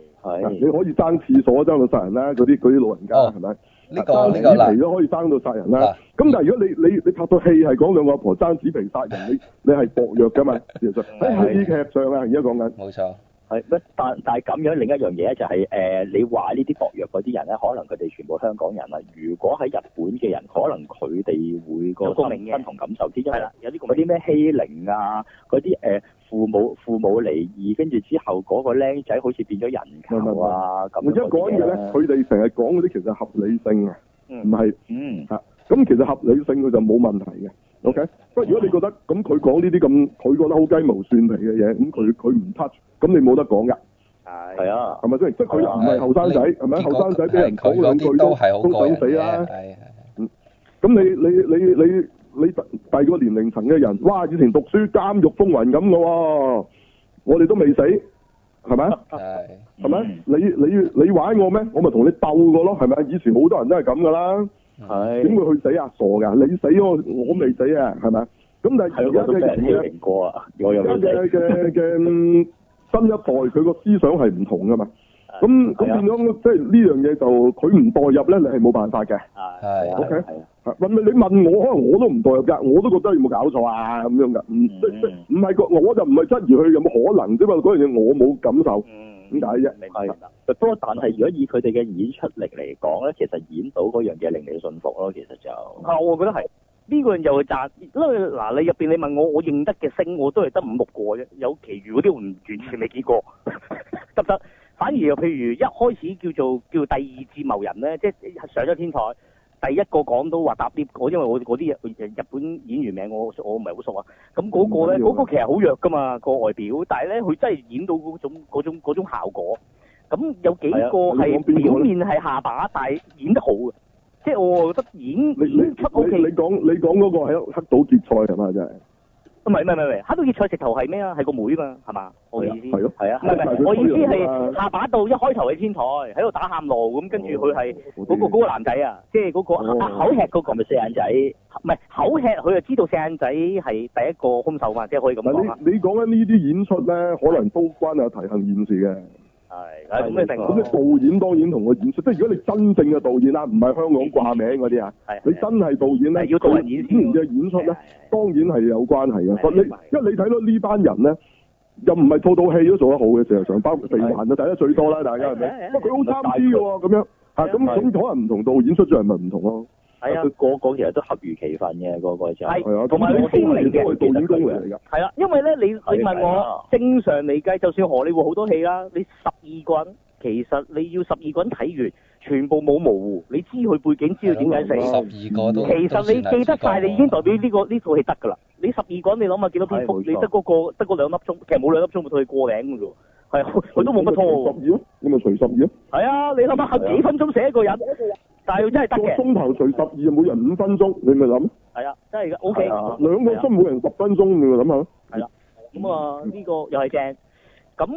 Speaker 1: 你
Speaker 3: 係
Speaker 1: 可以爭廁所爭到殺人啦，嗰啲嗰啲老人家
Speaker 5: 哦
Speaker 1: 係咪？啊
Speaker 5: 呢
Speaker 1: 爭
Speaker 5: 個呢個
Speaker 1: 紙皮
Speaker 5: 嗱，
Speaker 1: 都可以爭到殺人啦。
Speaker 5: 嗱
Speaker 1: 咁但係如果你你你拍到戲係講兩個阿婆爭紙皮殺人，你你係薄弱㗎嘛？其實喺戲劇上啊，而家講緊。
Speaker 5: 冇錯，
Speaker 3: 係乜？但但係咁樣另一樣嘢咧，就係誒，你話呢啲薄弱嗰啲人咧，可能佢哋全部香港人啊。如果喺日本嘅人，可能佢哋會
Speaker 6: 有
Speaker 3: 個
Speaker 6: 共鳴
Speaker 3: 身
Speaker 6: 嘅
Speaker 3: 身同感受啲，因
Speaker 6: 係
Speaker 3: 為
Speaker 6: 啦，有啲
Speaker 3: 嗰
Speaker 6: 咁
Speaker 3: 啲咩欺凌啊，嗰啲誒父母父母離異，跟住之後嗰個僆仔好似變咗人球啊咁
Speaker 1: 我
Speaker 3: 樣
Speaker 1: 而家
Speaker 3: 嗰
Speaker 1: 講嘢
Speaker 3: 啲嘢
Speaker 1: 咧，
Speaker 3: 呢
Speaker 1: 佢哋成日講嗰啲其實合理性啊，
Speaker 6: 嗯
Speaker 1: 唔係
Speaker 3: 嗯
Speaker 1: 咁其實合理性佢就冇問題嘅。OK，不過如果你覺得咁佢講呢啲咁，佢覺得好雞毛蒜皮嘅嘢，咁佢佢唔 touch，咁你冇得講㗎，
Speaker 3: 係啊，
Speaker 1: 係咪先？即係佢
Speaker 5: 哦
Speaker 1: 又唔係後生仔，係咪？
Speaker 5: 結
Speaker 1: 後
Speaker 5: 果
Speaker 1: 生仔俾人
Speaker 5: 係佢
Speaker 1: 講兩
Speaker 5: 嗰
Speaker 1: 句
Speaker 5: 啲都係好
Speaker 1: 都
Speaker 5: 個
Speaker 1: 想
Speaker 5: 人
Speaker 1: 死啦
Speaker 5: 嘅，。係係
Speaker 1: 咁你你你你你第第二個年齡層嘅人，哇！以前讀書監獄風雲咁嘅喎，我哋都未死，係咪？
Speaker 5: 係
Speaker 1: 係咪
Speaker 3: 嗯？
Speaker 1: 你你你玩我咩？我咪同你鬥過咯，係咪？以前好多人都係咁㗎啦。點
Speaker 3: 係
Speaker 1: 會去死啊？傻噶！你死我，我未死啊，係咪？咁但係
Speaker 3: 係
Speaker 1: 而
Speaker 3: 我
Speaker 1: 家
Speaker 3: 都俾
Speaker 1: 嘅
Speaker 3: 人欺
Speaker 1: 人
Speaker 3: 凌過啊，我又
Speaker 1: 而家
Speaker 3: 有
Speaker 1: 嘅嘅嘅嗯新一代，佢個思想係唔同噶嘛。咁咁
Speaker 3: 係啊
Speaker 1: 變咗即係呢樣嘢就佢唔代入咧，你係冇辦法嘅。
Speaker 5: 係
Speaker 3: 係
Speaker 1: OK
Speaker 3: 係啊
Speaker 1: 問你問我，可能我都唔代入㗎，我都覺得有冇搞錯啊
Speaker 3: 嗯
Speaker 1: 咁樣㗎。唔即即唔係個，我就唔係質疑佢有冇可能，只不過嗰樣嘢我冇感受。
Speaker 6: 嗯
Speaker 1: 點解啫？
Speaker 6: 明白明白。
Speaker 3: 不過但係如果以佢哋嘅演出力嚟講咧，其實演到嗰樣嘢令你信服咯，其實就
Speaker 6: 啊，我覺得係呢個人又係賺，因為嗱你入邊你問我，我認得嘅星我都係得五六個啫，有其餘嗰啲我唔完全未見過， 得唔得？反而又譬如一開始叫做叫第二自謀人咧，即係上咗天台。第一個講到話搭 lift，我因為我嗰啲日日本演員名我我唔係好熟啊，咁嗰個咧
Speaker 1: 唔緊要
Speaker 6: 嗰
Speaker 1: 啊
Speaker 6: 個其實好弱噶嘛個外表，但係咧佢真係演到嗰種嗰種嗰種效果，咁有幾
Speaker 3: 係啊
Speaker 6: 個
Speaker 1: 你
Speaker 6: 係
Speaker 1: 講邊個咧
Speaker 6: 表面係下巴，但係演得好嘅，即係我覺得演
Speaker 1: 你你你
Speaker 6: 演出 O K
Speaker 1: 你講你講嗰個係黑島結賽係咪真係？
Speaker 6: 唔係唔係唔係唔係，黑道結賽直頭係咩啊？係個妹嘛，係嘛？我嘅意思
Speaker 1: 係。咯，
Speaker 3: 係啊
Speaker 6: 唔係
Speaker 1: 係
Speaker 6: 唔
Speaker 1: 啊
Speaker 6: 係，我意思
Speaker 1: 佢
Speaker 6: 係
Speaker 1: 推
Speaker 6: 下把到一開頭喺天台喺度打喊路咁，跟住佢係
Speaker 1: 嗰
Speaker 6: 嗰個嗰個男仔啊，即係嗰
Speaker 1: 哦
Speaker 6: 個啊口吃嗰個
Speaker 3: 係咪四眼仔？
Speaker 6: 唔係口吃，佢就知道四眼仔係第一個兇手嘛，即係可以咁
Speaker 1: 嗱
Speaker 6: 講啊。
Speaker 1: 你你講緊呢啲演出咧，可能都關阿提行演事嘅。
Speaker 6: 係係咁你定
Speaker 1: 咁你導演當然同個演出，即係如果你真正嘅導演啊啦，唔係香港掛名嗰啲啊，
Speaker 6: 係
Speaker 1: 你真係導演咧，
Speaker 6: 係要導人演
Speaker 1: 演
Speaker 6: 先
Speaker 1: 員嘅演出咧，當然係有關係嘅。
Speaker 6: 係
Speaker 1: 你
Speaker 6: 係
Speaker 1: 因為你睇到呢班人咧，又唔係套套戲都做得好嘅，事實上包括地環啊，睇得最多啦，大家係
Speaker 6: 係
Speaker 1: 咪
Speaker 6: 係？
Speaker 1: 不過佢好參差嘅喎，咁樣嚇
Speaker 6: 係
Speaker 1: 咁
Speaker 3: 係
Speaker 1: 咁可能唔同導演出咗嚟咪唔同咯，
Speaker 6: 係啊
Speaker 3: 佢，個個其實都恰如其分嘅，個個就
Speaker 6: 係
Speaker 1: 係啊，
Speaker 6: 同埋
Speaker 1: 咁
Speaker 6: 佢精靈嘅
Speaker 1: 都係導演功嚟嚟㗎。
Speaker 6: 係啦，因為咧你你問
Speaker 3: 係
Speaker 6: 我
Speaker 3: 啊
Speaker 6: 正常嚟計，就算荷里活好多戲啦，你十二個人其實你要十二個人睇完，全部冇模糊，你知佢背
Speaker 5: 啊
Speaker 6: 景，知道點解
Speaker 1: 係
Speaker 6: 死
Speaker 1: 咯。
Speaker 5: 十二個都
Speaker 6: 其實你記得晒，你已經代表呢、個呢套戲得㗎啦。你十二個人，你諗下幾多篇幅？
Speaker 3: 係冇
Speaker 6: 你
Speaker 3: 錯
Speaker 6: 得嗰、個得嗰兩粒鐘，其實冇兩粒鐘咪到佢過零㗎啫喎。係啊，佢都冇乜拖喎。
Speaker 1: 十二咯，你咪除十二咯，
Speaker 6: 係啊，你諗下佢幾分鐘寫一個人，但係佢真係
Speaker 1: 個
Speaker 6: 得嘅。
Speaker 1: 鐘頭除十二，每人五分鐘，你咪諗，
Speaker 6: 係啊，真係嘅。O K，
Speaker 3: 係啊
Speaker 1: 兩個鐘每人十分鐘，你咪諗下咯。
Speaker 6: 咁啊，呢個又係正。咁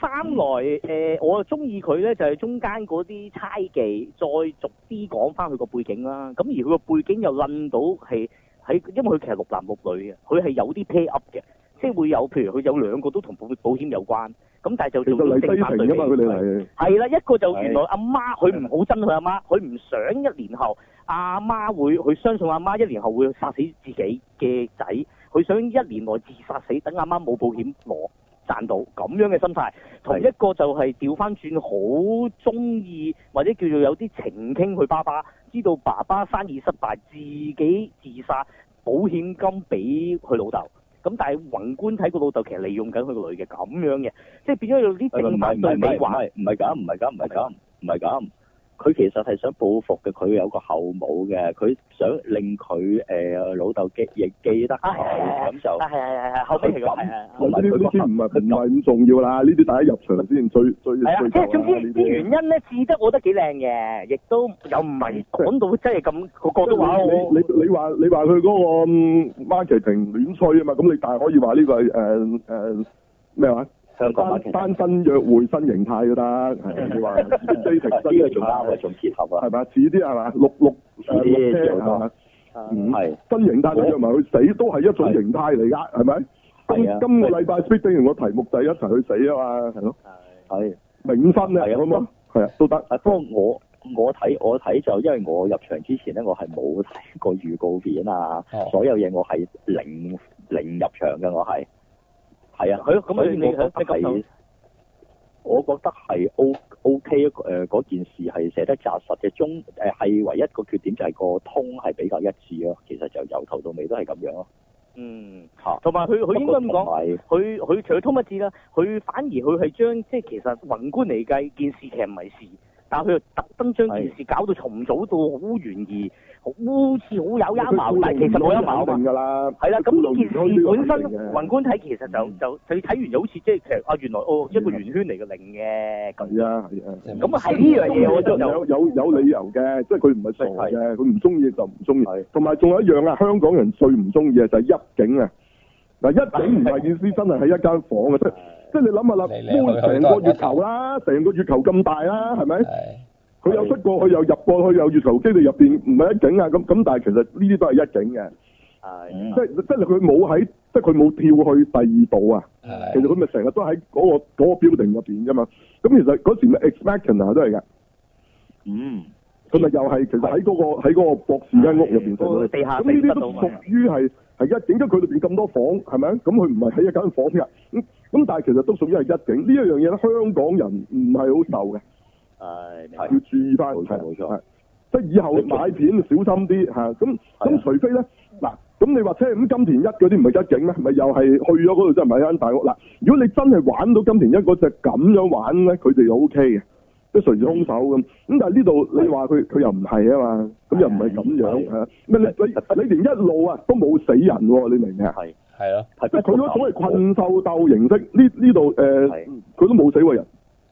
Speaker 6: 三來
Speaker 1: 嗯
Speaker 6: 誒、我中意佢咧，就係、中間嗰啲猜忌，再逐啲講翻佢個背景啦。咁而佢個背景又論到係喺，因為佢其實六男六女嘅，佢係有啲 pair up 嘅，即係會有譬如佢有兩個都同保保險有關，咁但係就
Speaker 1: 其實
Speaker 6: 做到
Speaker 1: 嚟
Speaker 6: 正
Speaker 1: 西
Speaker 6: 反對
Speaker 1: 平㗎嘛，佢
Speaker 6: 比
Speaker 1: 哋嚟。
Speaker 6: 係啦，一個就原來
Speaker 3: 嗯係
Speaker 6: 阿媽佢唔好憎佢阿媽，佢唔想一年後阿媽會，佢相信阿媽一年後會殺死自己嘅仔，佢想一年內自殺死，等阿媽冇保險攞賺到咁樣嘅心態。同一個就係調翻轉好中意或者叫做有啲情傾佢爸爸，知道爸爸生意失敗，自己自殺，保險金俾佢老豆。咁但係宏觀睇個老豆其實利用緊佢個女嘅咁樣嘅，即係變咗有啲
Speaker 3: 唔
Speaker 6: 正
Speaker 3: 係唔
Speaker 6: 反對
Speaker 3: 係唔係
Speaker 6: 比
Speaker 3: 唔
Speaker 6: 話。
Speaker 3: 係唔係咁，唔係咁，唔係咁，唔係咁。佢其實係想報復嘅，佢有個後母嘅，佢想令佢誒老豆記亦記得
Speaker 6: 啊係係
Speaker 3: 佢，哦咁就
Speaker 6: 啊，係係係係，後尾係咁，係
Speaker 1: 呢
Speaker 3: 埋
Speaker 6: 係
Speaker 1: 啲呢
Speaker 3: 佢
Speaker 1: 啲
Speaker 3: 個
Speaker 1: 唔係唔
Speaker 3: 佢
Speaker 1: 係咁重要啦，呢啲大家入場先最最
Speaker 6: 係啊，
Speaker 1: 最
Speaker 6: 即係
Speaker 1: 夠
Speaker 6: 總
Speaker 1: 啦
Speaker 6: 之
Speaker 1: 呢
Speaker 6: 啲原
Speaker 1: 啲。
Speaker 6: 因咧，至得我覺得幾靚嘅，亦都又唔係講到真係咁個個都話哦我
Speaker 1: 你你你話你話佢嗰個嗯 marketing 亂吹啊嘛，咁你大可以話呢個係誒誒咩話
Speaker 3: 香港
Speaker 1: 單
Speaker 3: market
Speaker 1: 單身約會新形態都得，係你話 dating
Speaker 3: 呢
Speaker 1: 新
Speaker 3: 個
Speaker 1: 形
Speaker 3: 仲啱啊，
Speaker 1: 態
Speaker 3: 仲結合啊，
Speaker 1: 係咪似啲係嘛六六誒
Speaker 3: 似啲
Speaker 1: 六車
Speaker 3: 做
Speaker 1: 係嘛
Speaker 3: 得？
Speaker 1: 嗯
Speaker 3: 係
Speaker 1: 新形態你同埋佢死都係一種形態嚟㗎，係咪？今
Speaker 3: 係啊
Speaker 1: 今個禮拜 speed 定完個題目就係一齊去死啊嘛，係咯，
Speaker 3: 嗯係。
Speaker 1: 冥婚啊，
Speaker 3: 係啊
Speaker 1: 好唔好？係啊，都得。
Speaker 3: 啊，不過我我睇我睇就因為我入場之前咧，我係冇睇過預告片啊，
Speaker 5: 哦
Speaker 3: 所有嘢我係零零入場嘅，我係係啊，
Speaker 6: 係咯咁
Speaker 3: 所以
Speaker 6: 你
Speaker 3: 我覺得
Speaker 6: 你感受
Speaker 3: 係，我覺得係 O O K 誒嗰件事係寫得紮實嘅，中誒係唯一一個缺點就係個通係比較一致咯，其實就由頭到尾都係咁樣咯
Speaker 6: 嗯，
Speaker 3: 嚇。
Speaker 6: 同埋佢佢應該咁講。
Speaker 3: 講，
Speaker 6: 佢佢除咗通一致啦，佢反而佢係將即係其實宏觀嚟計件事其實唔係事，但係佢又特登將件事搞到重組到好懸疑，好似好有陰謀，但係其實冇陰謀啊嘛。
Speaker 1: 㗎啦。
Speaker 6: 係啦，咁呢件事本
Speaker 1: 呢個肯定嘅
Speaker 6: 身宏觀睇其實就
Speaker 3: 嗯
Speaker 6: 就就睇完就好似即係其實啊原來哦一個圓圈嚟嘅零嘅咁
Speaker 1: 係啊係啊。
Speaker 5: 咁
Speaker 6: 咁啊係呢樣嘢
Speaker 1: 有
Speaker 6: 我就
Speaker 1: 有有有理由嘅，即係佢唔係傻嘅，佢唔中意就唔中意。同埋仲有一樣啊，香港人最唔中意嘅就係一景啊！嗱，一景唔係意思真係喺一間房嘅，即係即係你諗下啦，
Speaker 5: 嚟嚟去去
Speaker 1: 成個月球啦，成個月球咁大啦，係咪？
Speaker 5: 係
Speaker 1: 佢有出過去，又入過去，又月球基地入邊唔係一景啊！咁咁，但係其實呢啲都係一景嘅，
Speaker 6: 係
Speaker 3: 嗯
Speaker 1: 即係即係佢冇喺，即係佢冇跳去第二度啊！
Speaker 5: 係
Speaker 1: 其實佢咪成日都喺嗰、個嗰、個 building 入邊㗎嘛。咁其實嗰時咪 expectation 啊都係嘅，
Speaker 3: 嗯，
Speaker 1: 佢咪又係其實喺嗰、個喺嗰個博士間屋入邊整
Speaker 6: 個
Speaker 1: 嘅。
Speaker 6: 嗯地下啊
Speaker 1: 咁
Speaker 6: 地
Speaker 1: 呢
Speaker 6: 得
Speaker 1: 啲都
Speaker 6: 到
Speaker 1: 屬
Speaker 6: 嘛？
Speaker 1: 於係係一景，因為佢裏邊咁多房係咪？咁佢唔係喺一間房㗎。咁咁但係其實都屬於係一景呢一樣嘢咧，香港人唔係好受嘅，
Speaker 6: 係明白
Speaker 1: 要注意翻。
Speaker 3: 冇錯冇錯
Speaker 1: 係啊即係以後買片小心啲嚇。咁
Speaker 3: 係
Speaker 1: 咁
Speaker 3: 啊
Speaker 1: 除非咧嗱，咁你話車咁金田一嗰啲唔係一景咩？咪又係去咗嗰度真係買間大屋嗱。如果你真係玩到金田一嗰只咁樣玩咧，佢哋就 O K 嘅。即係隨住兇手咁，咁但係呢度你話佢佢又唔係啊嘛，咁又唔係咁樣
Speaker 3: 係
Speaker 1: 係啊，咩你你你連一路啊都冇死人喎，你明唔明啊？
Speaker 6: 係
Speaker 5: 係咯，
Speaker 3: 係
Speaker 1: 即係佢嗰所謂
Speaker 3: 係
Speaker 1: 困獸鬥形式，呢呢度誒
Speaker 3: 係
Speaker 1: 佢都冇死過人，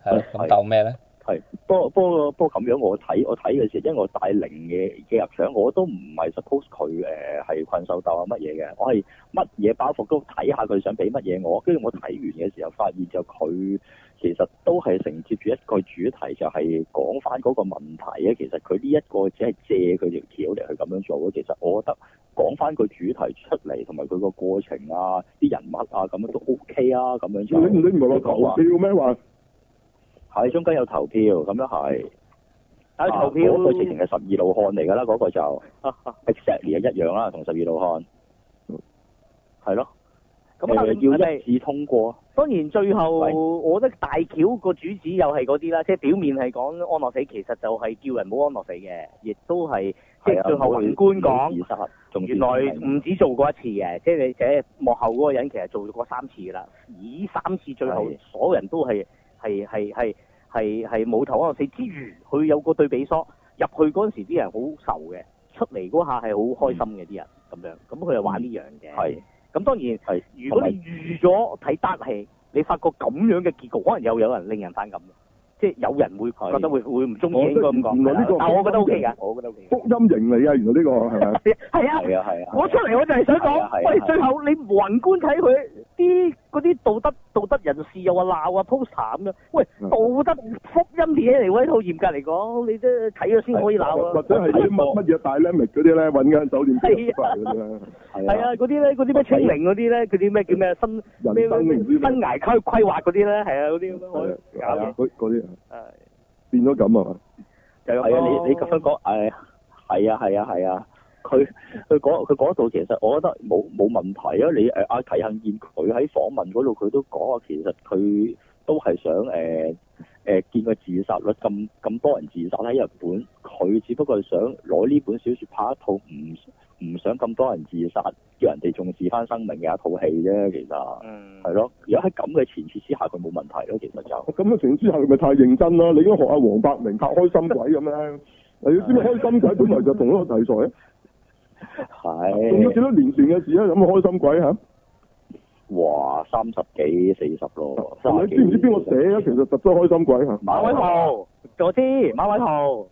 Speaker 5: 係咯，咁鬥咩咧？
Speaker 3: 係，不過不過不過咁樣我睇我睇嘅時候，因為我帶零嘅嘅入場，我都唔係 suppose 佢誒係困獸鬥啊乜嘢嘅，我係乜嘢包袱都睇下佢想俾乜嘢我，跟住我睇完嘅時候發現就佢其實都係承接住一個主題，就係講翻嗰個問題啊。其實佢呢一個只係借佢條橋嚟去咁樣做啊。其實我覺得講翻個主題出嚟，同埋佢個過程啊、啲人物啊咁樣都 OK 啊，咁樣
Speaker 1: 你
Speaker 3: 就
Speaker 1: 啊你唔係話投
Speaker 3: 啊
Speaker 1: 票咩話？
Speaker 3: 係中間有投票，咁樣係。
Speaker 6: 但係投票
Speaker 3: 啊嗰個直情係十二路漢嚟㗎啦，嗰、個就 exactly 係一樣啦，同十二路漢係咯。
Speaker 6: 咁啊但
Speaker 3: 誒
Speaker 6: 係係
Speaker 3: 要一
Speaker 6: 咪
Speaker 3: 致通過，
Speaker 6: 當然最後
Speaker 3: 喂
Speaker 6: 我覺得大橋個主旨又係嗰啲啦，即係表面係講安樂死，其實就係叫人唔好安樂死嘅，亦都係即
Speaker 3: 係
Speaker 6: 係
Speaker 3: 啊
Speaker 6: 最後宏觀講。
Speaker 3: 唔好自殺仲
Speaker 6: 原來唔止做過一次嘅，即係你寫幕後嗰個人其實做過三次㗎啦，咦三次最後
Speaker 3: 係
Speaker 6: 所有人都係係係係係係冇頭安樂死之餘，佢有個對比疏入去嗰陣時啲人好愁嘅，出嚟嗰下係好開心嘅啲人咁樣，咁嗯佢係玩呢樣嘅。
Speaker 3: 係
Speaker 6: 咁當然，
Speaker 3: 係
Speaker 6: 如果你預咗睇得戲，你發覺咁樣嘅結局，可能又有人令人反感嘅，即係有人會覺得會會唔中意
Speaker 1: 我
Speaker 6: 應該咁
Speaker 1: 原來呢個
Speaker 6: 講。但我覺得 OK 㗎，我覺得 OK 㗎。
Speaker 1: 福音型嚟嘅，原來呢個係咪？
Speaker 6: 係啊。
Speaker 3: 係啊係啊，
Speaker 6: 我出嚟我就係想
Speaker 3: 係啊係
Speaker 6: 講，
Speaker 3: 啊
Speaker 6: 喂
Speaker 3: 係，啊
Speaker 6: 最後你宏觀睇佢啲嗰啲道德道德人士又話鬧啊 poster 咁樣，喂，
Speaker 1: 嗯
Speaker 6: 道德福音嘢嚟喎，呢套嚴格嚟講，你都睇咗先可以鬧
Speaker 1: 或
Speaker 6: 啊。
Speaker 1: 者係 啲乜乜嘢大 l e m i t 嗰啲咧，揾間酒店
Speaker 6: 係
Speaker 1: 出嚟嗰啲咧，
Speaker 3: 係
Speaker 6: 係啊，嗰啲咧，嗰啲咩清零嗰啲咧，嗰啲咩叫咩新咩
Speaker 1: 人生
Speaker 6: 咩
Speaker 1: 唔知咩
Speaker 6: 生涯規規劃嗰啲咧，係啊，嗰啲咁樣可以搞
Speaker 1: 係
Speaker 6: 嘅
Speaker 1: 啊，嗰嗰啲
Speaker 6: 係
Speaker 1: 變咗咁啊嘛，
Speaker 6: 就係
Speaker 3: 係
Speaker 6: 咁
Speaker 3: 啊，
Speaker 6: 咯
Speaker 3: 你你咁樣講，誒係啊係啊係啊，佢佢嗰佢嗰度其實我覺得冇冇問題啊。你誒阿提幸燕佢喺訪問嗰度佢都講啊，其實佢都係想誒誒見個自殺率咁咁多人自殺喺日本，佢只不過係想攞呢本小説拍一套唔唔想咁多人自殺，叫人哋重視翻生命嘅一套戲啫。其實
Speaker 6: 嗯
Speaker 3: 係咯，如果喺咁嘅前設之下，佢冇問題咯。其實就
Speaker 1: 哦咁啊嘅情之下，佢咪太認真啦？你應該學阿黃百鳴拍開心鬼咁咧。你知唔知開心鬼本來就同一個題材啊？仲有幾
Speaker 3: 係
Speaker 1: 多年前嘅事啊？咁啊開心鬼嚇，
Speaker 3: 哇，三十幾四十
Speaker 6: 哦
Speaker 3: 咯，三十
Speaker 1: 你
Speaker 3: 幾
Speaker 1: 知唔知邊個寫啊？其實實質開心鬼嚇。
Speaker 6: 馬偉豪，嗯我知馬偉豪，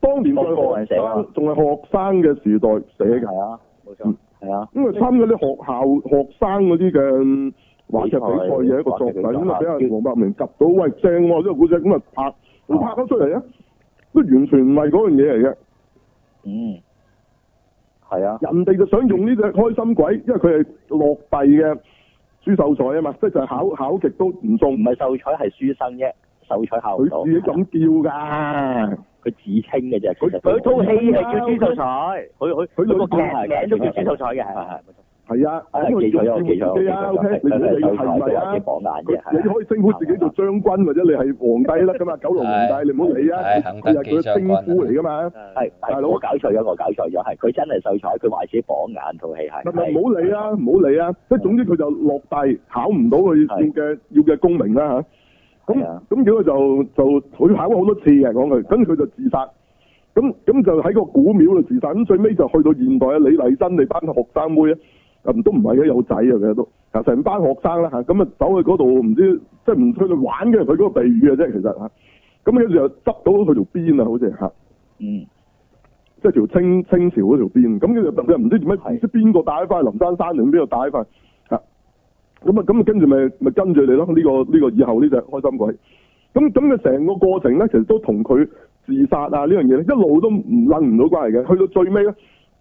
Speaker 1: 當年仲係學
Speaker 6: 啊
Speaker 1: 生，仲係學生嘅時代寫㗎，
Speaker 3: 係啊，
Speaker 6: 冇
Speaker 1: 嗯
Speaker 6: 錯，
Speaker 3: 係啊，
Speaker 1: 因為參加啲學校學生嗰啲嘅話劇比賽嘅一個作品，咁啊俾阿黃百鳴及到，喂正喎呢個古仔，咁啊拍，咁拍咗出嚟啊，都完全唔係嗰樣嘢嚟嘅，
Speaker 3: 嗯，係啊，
Speaker 1: 人哋就想用呢只開心鬼，因為佢係落地嘅輸秀才啊嘛，即係就係考考極都唔
Speaker 3: 唔
Speaker 1: 中，
Speaker 3: 係秀才係書生啫，秀才考唔到，
Speaker 1: 佢自己咁叫㗎，
Speaker 3: 佢自稱嘅啫，其實
Speaker 6: 佢套戲
Speaker 3: 啊
Speaker 6: 係叫朱秀才，佢佢
Speaker 1: 佢
Speaker 6: 佢
Speaker 1: 女
Speaker 6: 個
Speaker 1: 主
Speaker 6: 劇名都叫朱秀才嘅，
Speaker 3: 係
Speaker 6: 係
Speaker 3: 係
Speaker 6: 係冇錯。
Speaker 1: 係啊，
Speaker 3: 啊
Speaker 1: 咁佢
Speaker 3: 記
Speaker 1: 叫
Speaker 3: 錯
Speaker 1: 叫
Speaker 3: 咗，記
Speaker 1: 自
Speaker 3: 錯
Speaker 1: 己
Speaker 3: 咗
Speaker 1: 啊，OK，你
Speaker 3: 佢
Speaker 1: 你
Speaker 3: 係秀才
Speaker 1: 係咪啊
Speaker 3: 或者？講眼
Speaker 1: 佢
Speaker 3: 啫，係
Speaker 1: 你可以稱呼自己做將軍或者你係皇帝啦，咁啊，九龍皇帝你唔好理啊，
Speaker 5: 係肯
Speaker 1: 佢係佢
Speaker 5: 德基
Speaker 1: 嘅
Speaker 5: 將
Speaker 1: 稱
Speaker 5: 軍啊
Speaker 1: 呼嚟噶嘛，
Speaker 3: 係
Speaker 1: 大佬
Speaker 3: 我搞錯咗，我搞錯咗，係佢真係秀才，佢話自己綁眼套戲
Speaker 1: 咪
Speaker 3: 係，
Speaker 1: 咪唔好理啦，唔好理啦，即係總之佢就落地考唔到佢要嘅要嘅功名啦嚇，咁
Speaker 3: 係啊
Speaker 1: 咁結果就就佢考咗好多次嘅講佢，跟住佢就自殺。咁咁就喺個古廟度自殺，咁最尾就去到現代啊！李麗珍你班學生妹啊，咁都唔係嘅，有仔啊佢都，啊成班學生啦嚇，咁啊走去嗰度唔知即係唔出去玩嘅，佢嗰個避雨嘅啫其實嚇，咁跟住又執到佢條鞭啊，好似嚇，
Speaker 3: 嗯，
Speaker 1: 即係條清清朝嗰條鞭，咁跟住就唔知點解唔知邊個帶翻去，林山山定邊個帶翻嚇，咁啊咁啊跟住咪咪跟住你咯，呢、個呢、個以後呢只開心鬼，咁咁嘅啊成個過程咧，其實都同佢自殺啊呢樣嘢咧，一路都唔楞唔到關係嘅，去到最尾咧，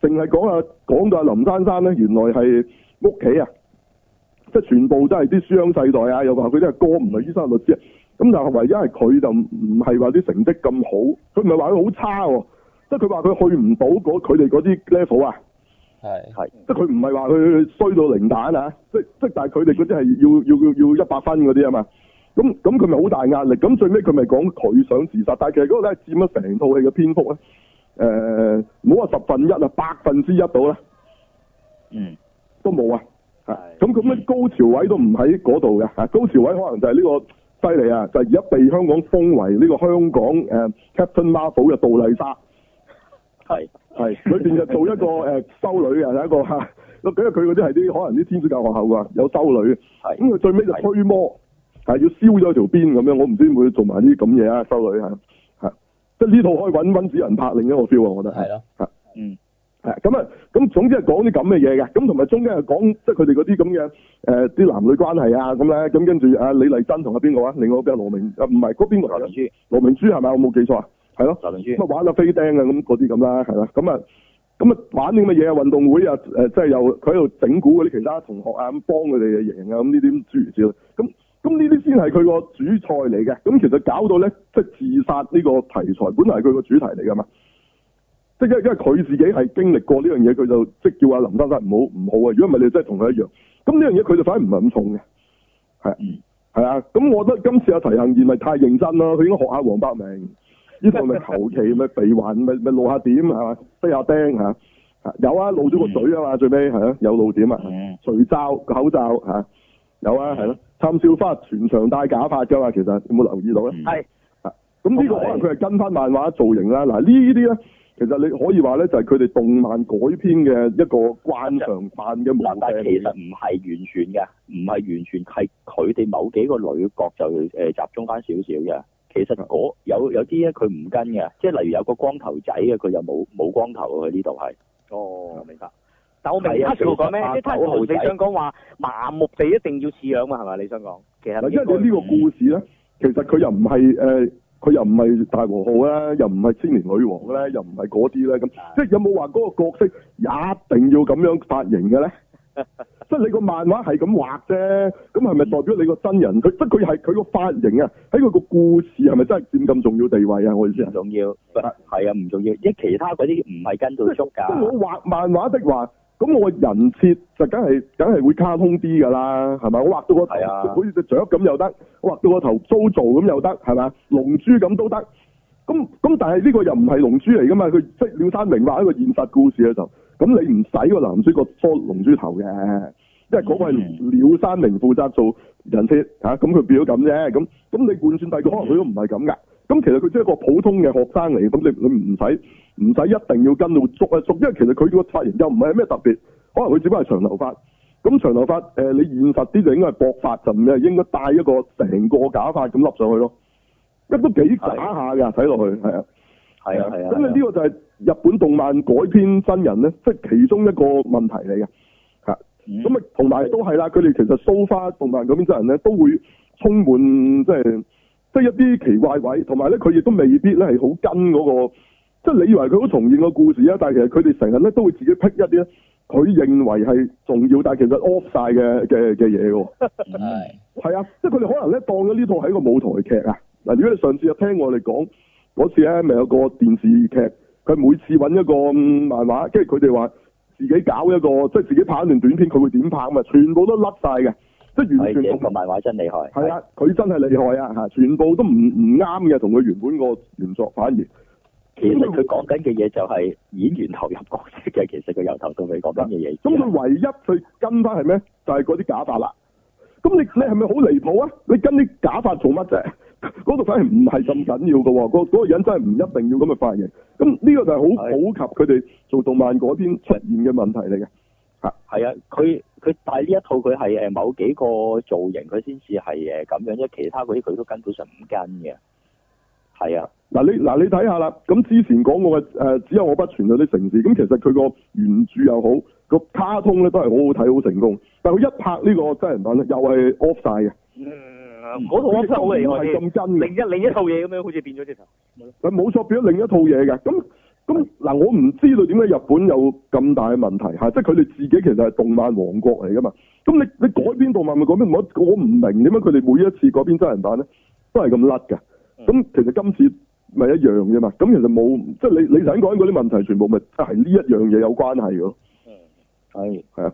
Speaker 1: 淨係講啊講到阿林珊珊咧，原來係屋企啊，即係全部都係啲書香世代啊，又話佢啲阿哥唔係醫生律師啊，咁但係唯一係佢就唔係話啲成績咁好，佢唔係話佢好差喎，即係佢話佢去唔到嗰佢哋嗰啲 level 啊，
Speaker 5: 係
Speaker 1: 即係佢唔係話佢衰到零蛋啊，即即但係佢哋嗰啲係要要要要一百分嗰啲啊嘛，咁咁佢咪好大壓力，咁最尾佢咪講佢想自殺，但係其實嗰個咧佔咗成套戲嘅篇幅咧，誒唔好話十分一啊，百分之一到啦。
Speaker 3: 嗯，
Speaker 1: 都冇啊。嚇咁咁咧，高潮位都唔喺嗰度嘅嚇。高潮位可能就係呢、個犀利啊，就係而家被香港封為呢個香港誒、呃 Captain Marvel 嘅杜麗莎，
Speaker 3: 係
Speaker 1: 係裏邊就做一個誒、呃修女嘅，係一個嚇。咁因為佢嗰啲係啲可能啲天主教學校㗎，有修女嘅。
Speaker 3: 係
Speaker 1: 咁佢最尾就推魔，係要燒咗條邊咁樣。我唔知會唔會做埋啲咁嘢啊，修女嚇嚇。即係呢套可以揾温子仁拍另一個 feel 啊，我覺得
Speaker 5: 係咯，
Speaker 3: 嗯
Speaker 1: 係咁啊，咁總之係講啲咁嘅嘢嘅，咁同埋中間又講即係佢哋嗰啲咁嘅誒啲男女關係啊咁咧，咁跟住啊李麗珍同阿邊個啊，另外嗰個羅明啊唔係嗰邊個嚟
Speaker 3: 劉明
Speaker 1: 嘅？
Speaker 3: 珠，
Speaker 1: 羅明珠係咪？我冇記錯啊，係咯，
Speaker 3: 劉明
Speaker 1: 咁
Speaker 3: 珠
Speaker 1: 啊玩下飛釘啊咁嗰啲咁啦，係啦，咁啊咁啊玩啲咁嘅嘢啊運動會啊誒即係又佢喺度整蠱嗰啲其他同學啊咁幫佢哋贏啊咁呢啲諸如此類，咁咁呢啲先係佢個主菜嚟嘅，咁其實搞到咧即係自殺呢個題材本來係佢個主題嚟㗎嘛。即係因為佢自己係經歷過呢樣嘢，佢就即係叫阿林生生唔好唔好啊！如果唔係，你真係同佢一樣。咁呢樣嘢佢就反而唔係咁重嘅，係
Speaker 3: 嗯
Speaker 1: 係啊。咁我覺得今次阿提行賢咪太認真啦，佢應該學下黃百鳴，呢 套咪求其咪肥環咪咪露下點係嘛，飛下釘嚇有啊，露咗個嘴啊嘛，最尾係啊，有露點啊，
Speaker 3: 嗯
Speaker 1: 除罩個口罩嚇、有啊，係咯、探笑花全場戴假髮㗎嘛，其實有冇留意到咧？
Speaker 3: 嗯
Speaker 6: 係
Speaker 1: 咁呢個可能佢係跟翻漫畫造型啦。嗱呢啲咧，其實你可以話咧，就係佢哋動漫改編嘅一個慣常犯嘅毛
Speaker 3: 嗱，但係其
Speaker 1: 病
Speaker 3: 實。唔係完全嘅，唔係完全係佢哋某幾個女角就誒、集中翻少少嘅。其
Speaker 1: 啊
Speaker 3: 實嗰有有啲咧佢唔跟嘅，即係例如有個光頭仔嘅，佢又冇冇光頭喎佢呢度係。
Speaker 6: 哦，明白。但我明
Speaker 3: 係啊
Speaker 6: Tasuku 講
Speaker 3: 其實
Speaker 6: 咩，即係
Speaker 3: 八九
Speaker 6: Tasuku
Speaker 3: 號仔
Speaker 6: 你想講話麻木地一定要似樣嘛，係咪你想講？其實
Speaker 1: 嗱，因為你呢個故事咧，其實佢又唔係誒，佢又唔係大和號啦，又唔係千年女王咧，又唔係嗰啲咧，咁
Speaker 6: 啊
Speaker 1: 即係有冇話嗰個角色一定要咁樣髮型嘅 咧？即係你個漫畫係咁畫啫，咁係咪代表你個真人佢即係佢係佢個髮型啊？喺佢個故事係咪真係佔咁重要地位啊？我意思係
Speaker 3: 唔。重要，不係啊，唔重要，即其他嗰啲唔係跟到足
Speaker 1: 即係我
Speaker 3: 㗎，
Speaker 1: 畫漫畫的話，咁我人設就梗係梗係會卡通啲㗎啦，係咪？我畫到個
Speaker 3: 係啊
Speaker 1: 頭好似只雀咁又得，我畫到個頭 Jojo 咁又得，係咪？龍珠咁都得。咁咁，但係呢個又唔係龍珠嚟㗎嘛？佢即係廖山明畫一個現實故事嘅時候，咁你唔使個男主角梳龍珠頭嘅，因為嗰個係廖山明負責做人設嚇，咁、佢變咗咁啫。咁咁你換轉第二個，可能佢都唔係咁㗎。咁其實佢只係一個普通嘅學生嚟，咁你你唔使唔使一定要跟到捉一捉，因為其實佢個髮型又唔係咩特別，可能佢只不過係長頭髮。咁長頭髮誒、呃你現實啲就應該係薄髮，就唔係應該戴一個成個假髮咁笠上去咯。一都幾渣下㗎，睇落去係啊。
Speaker 3: 係啊係啊。
Speaker 1: 咁你呢個就係日本動漫改編真人咧，即係其中一個問題嚟嘅。
Speaker 3: 呢
Speaker 1: 咁啊，同埋都係啦，佢哋其實 so far 動漫嗰邊真人咧，都會充滿即係即係一啲奇怪位，同埋咧佢亦都未必咧係好跟嗰、個，即係你以為佢好重現個故事啊，但係其實佢哋成日咧都會自己 pick 一啲咧，佢認為係重要，但係其實 off 晒嘅嘅嘅嘢嘅喎。
Speaker 3: 嗯
Speaker 5: 係
Speaker 1: 係啊，即係佢哋可能咧當咗呢套係一個舞台劇啊。嗱，如果你上次有聽我哋講嗰次咧，咪有個電視劇，佢每次揾一個嗯漫畫，跟住佢哋話自己搞一個，即係自己拍一段短片，佢會點拍咁啊？全部都甩晒嘅，即係完
Speaker 3: 係
Speaker 1: 全
Speaker 3: 呢
Speaker 1: 同
Speaker 3: 個漫畫真厲害。
Speaker 1: 係啊，佢真係厲害啊！嚇，全部都唔唔啱嘅，同佢原本個原作反而
Speaker 3: 其實佢講緊嘅嘢就係演員投入角色嘅，其實佢由頭到尾講緊嘅嘢。
Speaker 1: 咁佢唯一佢跟翻係咩？就係嗰啲假髮啦。咁你你係咪好離譜啊？你跟啲假髮做乜啫？ 嗰度反而唔係咁緊要嘅喎，嗰、嗰個人真係唔一定要咁嘅髮型。咁呢個就係好
Speaker 3: 係
Speaker 1: 普及佢哋做動漫嗰邊出現嘅問題嚟嘅。
Speaker 3: 係啊，佢佢但係呢一套佢係誒某幾個造型佢先至係誒咁樣啫，其他嗰啲佢都根本上唔跟嘅。係啊，
Speaker 1: 嗱你嗱你睇下啦，咁之前講過嘅誒只有我不存在啲城市，咁其實佢個原著又好，個卡通咧都係好好睇、好成功。但佢一拍呢個真人版咧，又係 off 晒嘅，
Speaker 6: 嗯嗰套真係好厲害
Speaker 1: 係
Speaker 6: 添，
Speaker 1: 咁跟嘅
Speaker 6: 另。一另一套嘢咁樣好似變咗直頭。
Speaker 1: 佢冇錯，變咗另一套嘢嘅。咁咁嗱，我唔知道點解日本有咁大嘅問題嚇，即係佢哋自己其實係動漫王國嚟噶嘛。咁你你改編動漫咪改編，我我唔明點解佢哋每一次改編真人版咧，都係咁甩嘅。
Speaker 6: 嗯
Speaker 1: 咁其實今次咪一樣啫嘛。咁其實冇即係你你頭先講嗰啲問題，全部咪係呢一樣嘢有關係嘅咯。
Speaker 3: 係
Speaker 1: 係啊，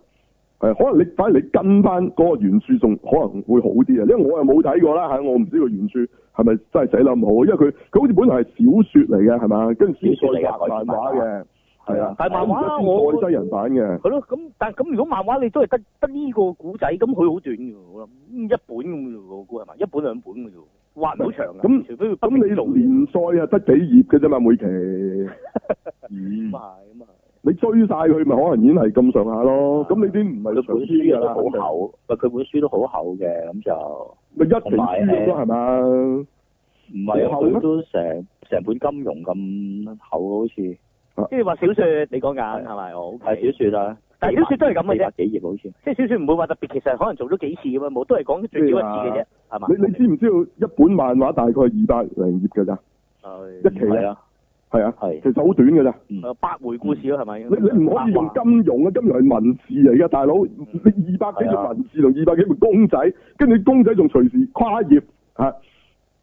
Speaker 1: 係啊可能你反而你跟翻嗰個原著仲可能會好啲啊，因為我又冇睇過啦嚇，我唔知個原著係咪真係寫得咁好，啊因為佢佢好似本來係小說嚟嘅係嘛，跟住先
Speaker 3: 小說嚟
Speaker 1: 再
Speaker 3: 㗎
Speaker 1: 畫漫畫嘅，係啊，
Speaker 6: 但係漫畫啊
Speaker 1: 我
Speaker 6: 我
Speaker 1: 唔知先改西人版嘅，
Speaker 6: 係咯，咁但係咁如果漫畫你都係得得呢個古仔，咁佢好短嘅喎，我諗嗯一本咁嘅啫喎，我估係咪？一本兩本嘅啫喎，畫唔好長嘅。
Speaker 1: 咁
Speaker 6: 除非佢不
Speaker 1: 咁
Speaker 6: 停做
Speaker 1: 你連載啊得幾頁嘅啫嘛每期，嗯
Speaker 6: 咁啊係咁啊
Speaker 1: 你追晒佢咪可能已經係咁上下咯，咁你啲唔係
Speaker 3: 佢本
Speaker 1: 長篇㗎
Speaker 3: 書都
Speaker 1: 啦，
Speaker 3: 好厚，喂佢本書都好厚嘅，咁就。
Speaker 1: 咪一期書咯係嘛？
Speaker 3: 唔係啊，
Speaker 1: 厚咩
Speaker 3: 佢都成成本金融咁厚，好似係
Speaker 6: 係，即係話小説你講緊係咪？我 OK，
Speaker 3: 小説啦。
Speaker 6: 但係小説都係咁嘅啫
Speaker 3: 啫，幾頁好似。
Speaker 6: 即係小説唔會話特別，其實可能做咗幾次咁樣，冇都係講最少一次嘅啫，係嘛？
Speaker 1: 你你知唔知道一本漫畫大概二百零頁㗎咋？
Speaker 6: 係
Speaker 1: 一期
Speaker 3: 係
Speaker 1: 啊，
Speaker 3: 啊，
Speaker 1: 係啊，
Speaker 3: 係
Speaker 1: 其實好短㗎咋。嗯
Speaker 6: 誒呃百回故事咯，係咪？
Speaker 1: 你你唔可以用金融啊，金融係文字嚟嘅，大佬，
Speaker 6: 嗯
Speaker 1: 你二百幾隻文字同二百幾隻公仔，跟住公仔仲隨時跨頁嚇、啊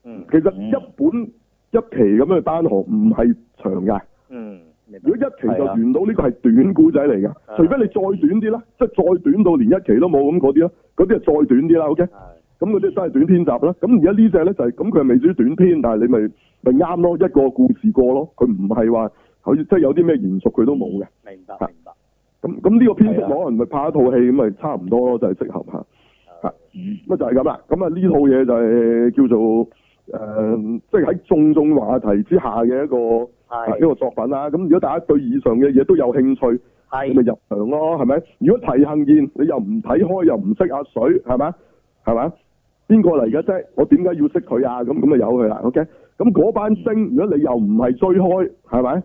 Speaker 6: 嗯
Speaker 1: 其實一本一期咁樣嘅單行唔係長㗎，
Speaker 6: 嗯，明白啊
Speaker 1: 如果一期就完到呢個係短古仔嚟㗎，除非你再短啲啦，即係再短到連一期都冇咁嗰啲啦，嗰啲係再短啲啦，OK，
Speaker 6: 係
Speaker 1: 咁嗰啲真係短篇集啦。咁而家呢只咧就係咁，佢係未至於短篇，但係你咪咪啱咯，一個故事過咯，佢唔係話好似即係有啲咩延續佢都冇嘅。
Speaker 6: 明白
Speaker 1: 啊
Speaker 6: 明白。
Speaker 1: 咁咁呢個篇幅
Speaker 3: 係啊
Speaker 1: 可能咪拍一套戲咁咪差唔多咯，就係、適合嚇。
Speaker 3: 嗯
Speaker 1: 咁啊就係咁啦。咁啊呢套嘢就係叫做誒、呃即係喺眾眾話題之下嘅一個啊一
Speaker 3: 啊
Speaker 6: 係
Speaker 1: 個作品啦。咁如果大家對以上嘅嘢都有興趣，你咪
Speaker 6: 係
Speaker 1: 入場咯，係咪？如果提幸宴你又唔睇開又唔識阿水，係咪？係咪？邊個嚟嘅啫？我點解要識佢啊？咁咁咪由佢啦。OK，咁嗰班星，如果你又唔係追開，係咪？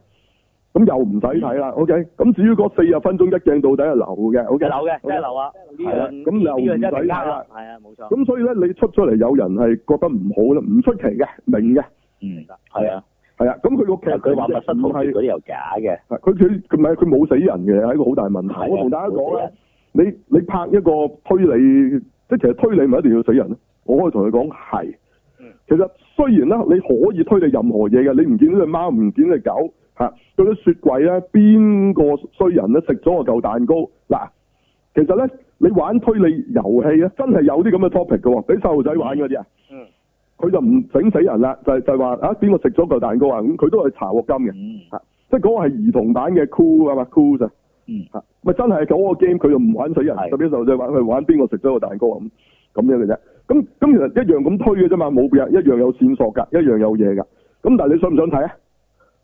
Speaker 1: 咁又唔使睇啦。OK，咁至於嗰四十分鐘一鏡到底係流嘅。
Speaker 6: 一
Speaker 1: OK，
Speaker 6: 樓嘅，真係樓啊！呢
Speaker 1: 係啦
Speaker 6: 樣
Speaker 1: 咁又唔
Speaker 6: 呢樣真
Speaker 1: 使
Speaker 6: 係
Speaker 1: 睇啦
Speaker 6: 係啊，冇錯。
Speaker 1: 咁所以咧，你出出嚟有人係覺得唔好咧，唔出奇嘅，明嘅，
Speaker 3: 嗯，係啊。
Speaker 1: 係啊。咁佢個劇
Speaker 3: 佢話密室逃
Speaker 1: 唔
Speaker 3: 脫
Speaker 1: 係
Speaker 3: 嗰啲又假嘅，
Speaker 1: 係佢佢佢唔係佢冇死人嘅，係一個好大問
Speaker 3: 係啊
Speaker 1: 題。我同大家講
Speaker 3: 冇死
Speaker 1: 咧
Speaker 3: 人，
Speaker 1: 你你拍一個推理，即係其實推理咪一定要死人咧。啊我可以同佢講係。
Speaker 3: 嗯
Speaker 1: 其實雖然啦，你可以推理任何嘢嘅，你唔見到只貓，唔見到隻狗，嚇到咗雪櫃咧，邊個衰人咧食咗個嚿蛋糕嗱？其實咧，你玩推理遊戲咧，真係有啲咁嘅 topic 嘅喎，俾細路仔玩嗰啲啊。
Speaker 6: 嗯。
Speaker 1: 佢就唔整死人啦，就係就係話啊邊個食咗嚿蛋糕啊？咁佢都係查鑊金嘅。
Speaker 3: 嗯
Speaker 1: 即係嗰個係兒童版嘅 Cool 啊嘛，Cool 咋
Speaker 3: 嗯
Speaker 1: 嚇，咪真係嗰個 game 佢就唔玩死人，
Speaker 3: 係
Speaker 1: 特別細路仔玩佢玩邊個食咗個蛋糕啊咁咁樣嘅啫。咁咁其實一樣咁推嘅啫嘛，冇嘢一樣有線索㗎，一樣有嘢㗎。咁但係你想唔想睇啊？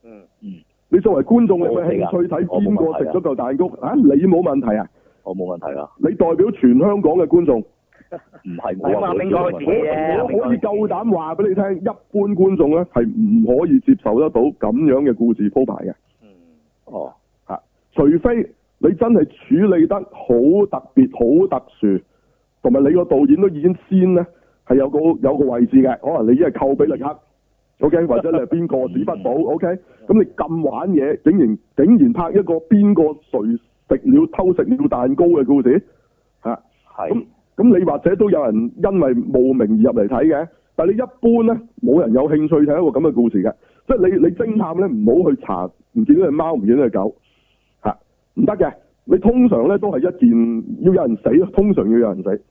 Speaker 6: 嗯
Speaker 3: 嗯，
Speaker 1: 你作為觀眾，你有
Speaker 3: 我
Speaker 1: 冇
Speaker 3: 冇
Speaker 1: 興趣睇
Speaker 3: 我冇
Speaker 1: 邊
Speaker 3: 問
Speaker 1: 個
Speaker 3: 題
Speaker 1: 食
Speaker 3: 啊
Speaker 1: 咗嚿蛋糕啊？你冇問題啊！
Speaker 3: 我哦冇問題啦，
Speaker 1: 你代表全香港嘅觀眾，
Speaker 3: 唔係
Speaker 6: 咁
Speaker 3: 我
Speaker 6: 啊
Speaker 3: 話
Speaker 6: 邊個佢自己
Speaker 3: 嘅，
Speaker 6: 啫
Speaker 1: 我可以夠膽話俾你聽，一般觀眾咧係唔可以接受得到咁樣嘅故事鋪排嘅。
Speaker 6: 嗯
Speaker 3: 哦，
Speaker 1: 啊除非你真係處理得好特別、好特殊，同埋你個導演都已經先咧係有個有個位置嘅，可能你已經係寇比力克，OK，或者你係邊個史不保，OK，咁你咁玩嘢，竟然竟然拍一個邊個誰食了偷食了蛋糕嘅故事，嚇、咁
Speaker 3: 係
Speaker 1: 咁你或者都有人因為慕名而入嚟睇嘅，但係你一般咧冇人有興趣睇一個咁嘅故事嘅，即係你你偵探咧唔好去查唔見到只貓唔見到只狗嚇唔得嘅，你通常咧都係一件要有人死咯，通常要有人死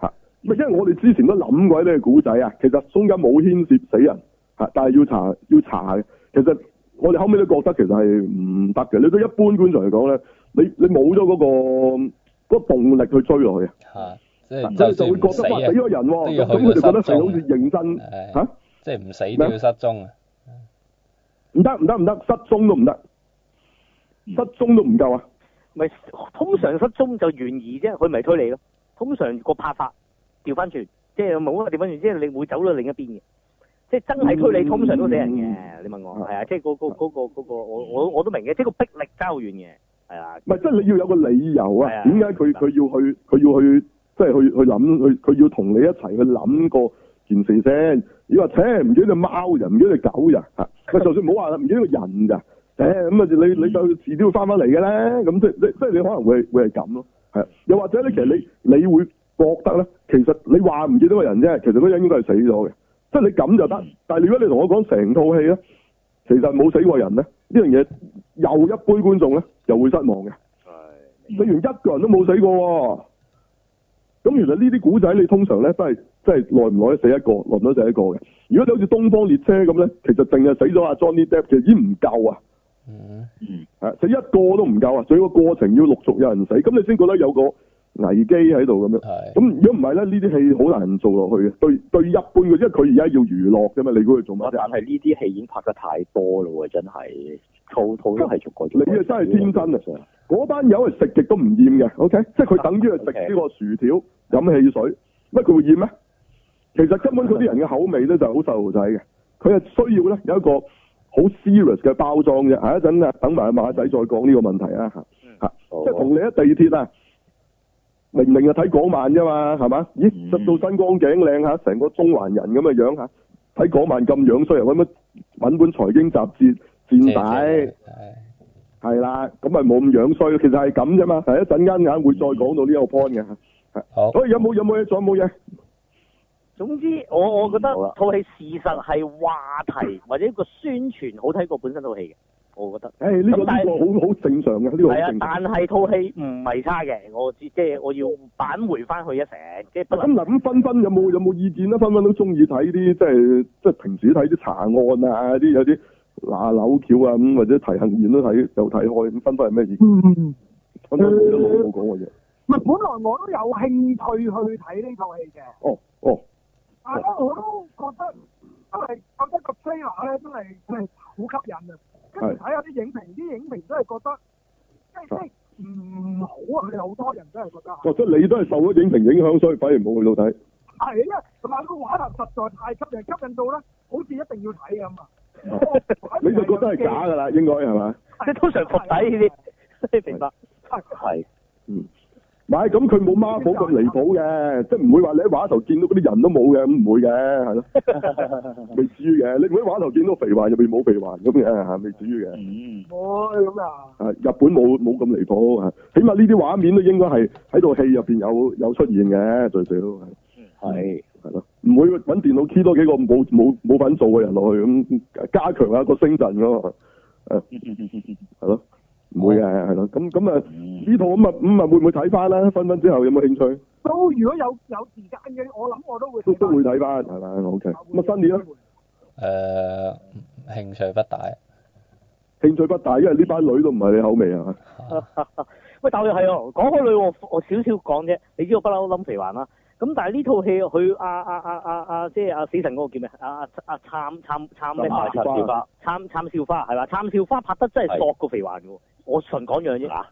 Speaker 1: 嚇，咪因為我哋之前都諗過呢個古仔啊，其實中間冇牽涉死人嚇，但係要查要查嘅，其實我哋後尾都覺得其實係唔得嘅，你對一般觀眾嚟講咧，你你冇咗嗰個。嗰個動力去追落去啊！
Speaker 5: 嚇，
Speaker 1: 即
Speaker 5: 即係
Speaker 1: 係就
Speaker 5: 就算
Speaker 1: 會
Speaker 5: 唔
Speaker 1: 覺
Speaker 5: 死
Speaker 1: 得哇死咗
Speaker 5: 啊，
Speaker 1: 人喎，
Speaker 5: 都要
Speaker 1: 咁咁
Speaker 5: 去
Speaker 1: 佢哋覺
Speaker 5: 到
Speaker 1: 得
Speaker 5: 失蹤
Speaker 1: 係
Speaker 5: 啊
Speaker 1: 好似認真
Speaker 5: 係
Speaker 1: 嚇，
Speaker 5: 即係唔死都要失蹤啊，
Speaker 1: 唔得唔得唔得，失蹤都唔得，失蹤都唔夠啊！
Speaker 6: 咪通常失蹤就懸疑啫，佢咪推理咯。通常個拍法調翻轉，即係冇話調翻轉，即係你會走到另一邊嘅。即係真係推
Speaker 3: 嗯
Speaker 6: 理，通常都死人嘅。你問我係啊，即係嗰個嗰個嗰個，我我我都明嘅，即係個逼力爭好遠嘅，係啊，
Speaker 1: 唔係即係你要有個理由
Speaker 6: 係
Speaker 1: 啊，
Speaker 6: 啊
Speaker 1: 點解佢佢要去佢要去即係去去諗佢佢要同你一齊去諗個件事先？你話切唔記得只貓人，唔記得只狗人嚇，咪就算唔好話唔記得個人咋，誒咁啊你你就遲啲會翻返嚟嘅咧，咁即即即係你可能會會係咁咯，係啊又或者咧其實你你會覺得咧，其實你話唔記得個人啫，其實嗰個人應該係死咗嘅。即係你咁就得
Speaker 3: 嗯。
Speaker 1: 但係如果你同我講成套戲咧，其實冇死過人咧，呢樣嘢又一般觀眾咧就會失望嘅。
Speaker 3: 係，
Speaker 1: 你連一個人都冇死過喎。咁原來呢啲古仔你通常咧都係即係耐唔耐都死一個，耐唔耐都死一個嘅。如果你好似東方列車咁咧，其實淨係死咗阿 Johnny Depp 其實已經唔夠啊！
Speaker 5: 嗯，
Speaker 3: 嗯，
Speaker 1: 啊！死一個都唔夠啊！所以個過程要陸續有人死，咁你先覺得有個危機喺度咁樣。
Speaker 5: 係，
Speaker 1: 咁如果唔係咧，呢啲戲好難做落去嘅。對對，一般嘅，因為佢而家要娛樂㗎嘛，你估佢做乜
Speaker 3: 哇
Speaker 1: 啫？
Speaker 3: 但係呢啲戲已經拍得太多咯喎，真係套套都係逐個逐
Speaker 1: 你
Speaker 3: 個。
Speaker 1: 啊真係天真啊！嗰班友係食極都唔厭嘅，OK，即係佢等於係食呢個薯條、
Speaker 3: 啊
Speaker 1: 飲汽水，乜佢會厭咩？其實根本嗰啲人嘅口味咧就係好細路仔嘅，佢係需要咧有一個好 serious 嘅包裝啫。下一陣啊，等埋阿馬仔再講呢個問題啊嚇。
Speaker 3: 好
Speaker 1: 即係同你喺地鐵啊，明明就睇港漫啫嘛，係嘛？咦，
Speaker 3: 嗯
Speaker 1: 着到身光頸靚嚇，成個中環人咁嘅樣嚇，睇港漫咁樣衰，揾乜揾本財經雜誌墊底。
Speaker 5: 係
Speaker 1: 係啦，咁咪冇咁樣衰，其實係咁啫嘛。係一陣間眼會再講到呢個 point 嘅。
Speaker 5: 好，
Speaker 1: 所以有冇有冇嘢？仲有冇嘢？
Speaker 6: 總之，我我覺得
Speaker 3: 好啦
Speaker 6: 套戲事實係話題或者個宣傳好睇過本身套戲嘅，我覺得。
Speaker 1: 誒呢個
Speaker 6: 咁但
Speaker 1: 呢
Speaker 6: 係
Speaker 1: 個好好正常嘅，呢個好
Speaker 6: 係啊，
Speaker 1: 正
Speaker 6: 但
Speaker 1: 常。
Speaker 6: 係套戲唔係差嘅，我知即係我要扳回翻去一成，即係不
Speaker 1: 咁
Speaker 6: 能
Speaker 1: 嗱，咁分分有冇有冇意見咧？分分都中意睇啲即係即係平時睇啲查案啊，啲有啲嗱扭橋啊咁，或者提行宴都睇有睇開。咁分分係咩意見？
Speaker 2: 嗯，
Speaker 1: 分分冇冇講過嘢。
Speaker 2: 唔係，本來我都有興趣去睇呢套戲嘅，
Speaker 1: 哦哦，
Speaker 2: 但係咧我都覺得真係覺得個 trailer 咧真係真係好吸引啊！跟住睇下啲影評，啲影評真係覺得即係即係唔好啊！佢哋好多人真係覺得係
Speaker 1: 或者哦你都係受咗影評影響，所以反而冇去到睇。
Speaker 2: 係，因為同埋個畫頭實在太吸引，吸引到咧好似一定要睇咁 啊！
Speaker 1: 你就覺得係假 㗎啦，應該係嘛？
Speaker 6: 即係通常伏底呢啲， 你明白？
Speaker 2: 係
Speaker 3: 係
Speaker 1: 唔係，咁佢冇 Marvel 咁離譜嘅，即係唔會話你喺畫頭見到嗰啲人都冇嘅，咁唔會嘅，係咯，未至於嘅。你唔會喺畫頭見到肥環入邊冇肥環咁嘅，嚇未至於嘅。
Speaker 3: 嗯，
Speaker 2: 我咁啊！
Speaker 1: 啊，日本冇冇咁離譜啊，起碼呢啲畫面都應該係喺套戲入邊有有出現嘅，最少係
Speaker 3: 嗯
Speaker 1: 嗯
Speaker 3: 係
Speaker 1: 係咯，唔會揾電腦 key 多幾個冇冇冇份做嘅人落去咁加強下個星陣㗎嘛，係咯，唔會嘅係咯，咁咁啊
Speaker 3: 嗯
Speaker 1: 呢套咁啊咁啊會唔會睇翻啦？分分之後有冇興趣？
Speaker 2: 都如果有有時間嘅，我諗我都會
Speaker 1: 都
Speaker 2: 睇
Speaker 1: 都會睇翻係嘛？OK，
Speaker 2: 翻
Speaker 1: 咁啊新年啦。
Speaker 5: 誒興趣不大，
Speaker 1: 興趣不大，因為呢班女都唔係你口味啊。
Speaker 6: 喂，但係係啊，講開女我我少少講啫，你知我不嬲冧肥環啦。咁但係呢套戲佢啊阿阿阿阿阿即係阿死神嗰個叫咩？啊阿阿阿參參參咩花？
Speaker 1: 參少
Speaker 3: 花
Speaker 6: 參參少花係啦，參少花拍得真係索過肥環
Speaker 1: 嗯
Speaker 6: 嘅喎。我純講樣啫，
Speaker 1: 啊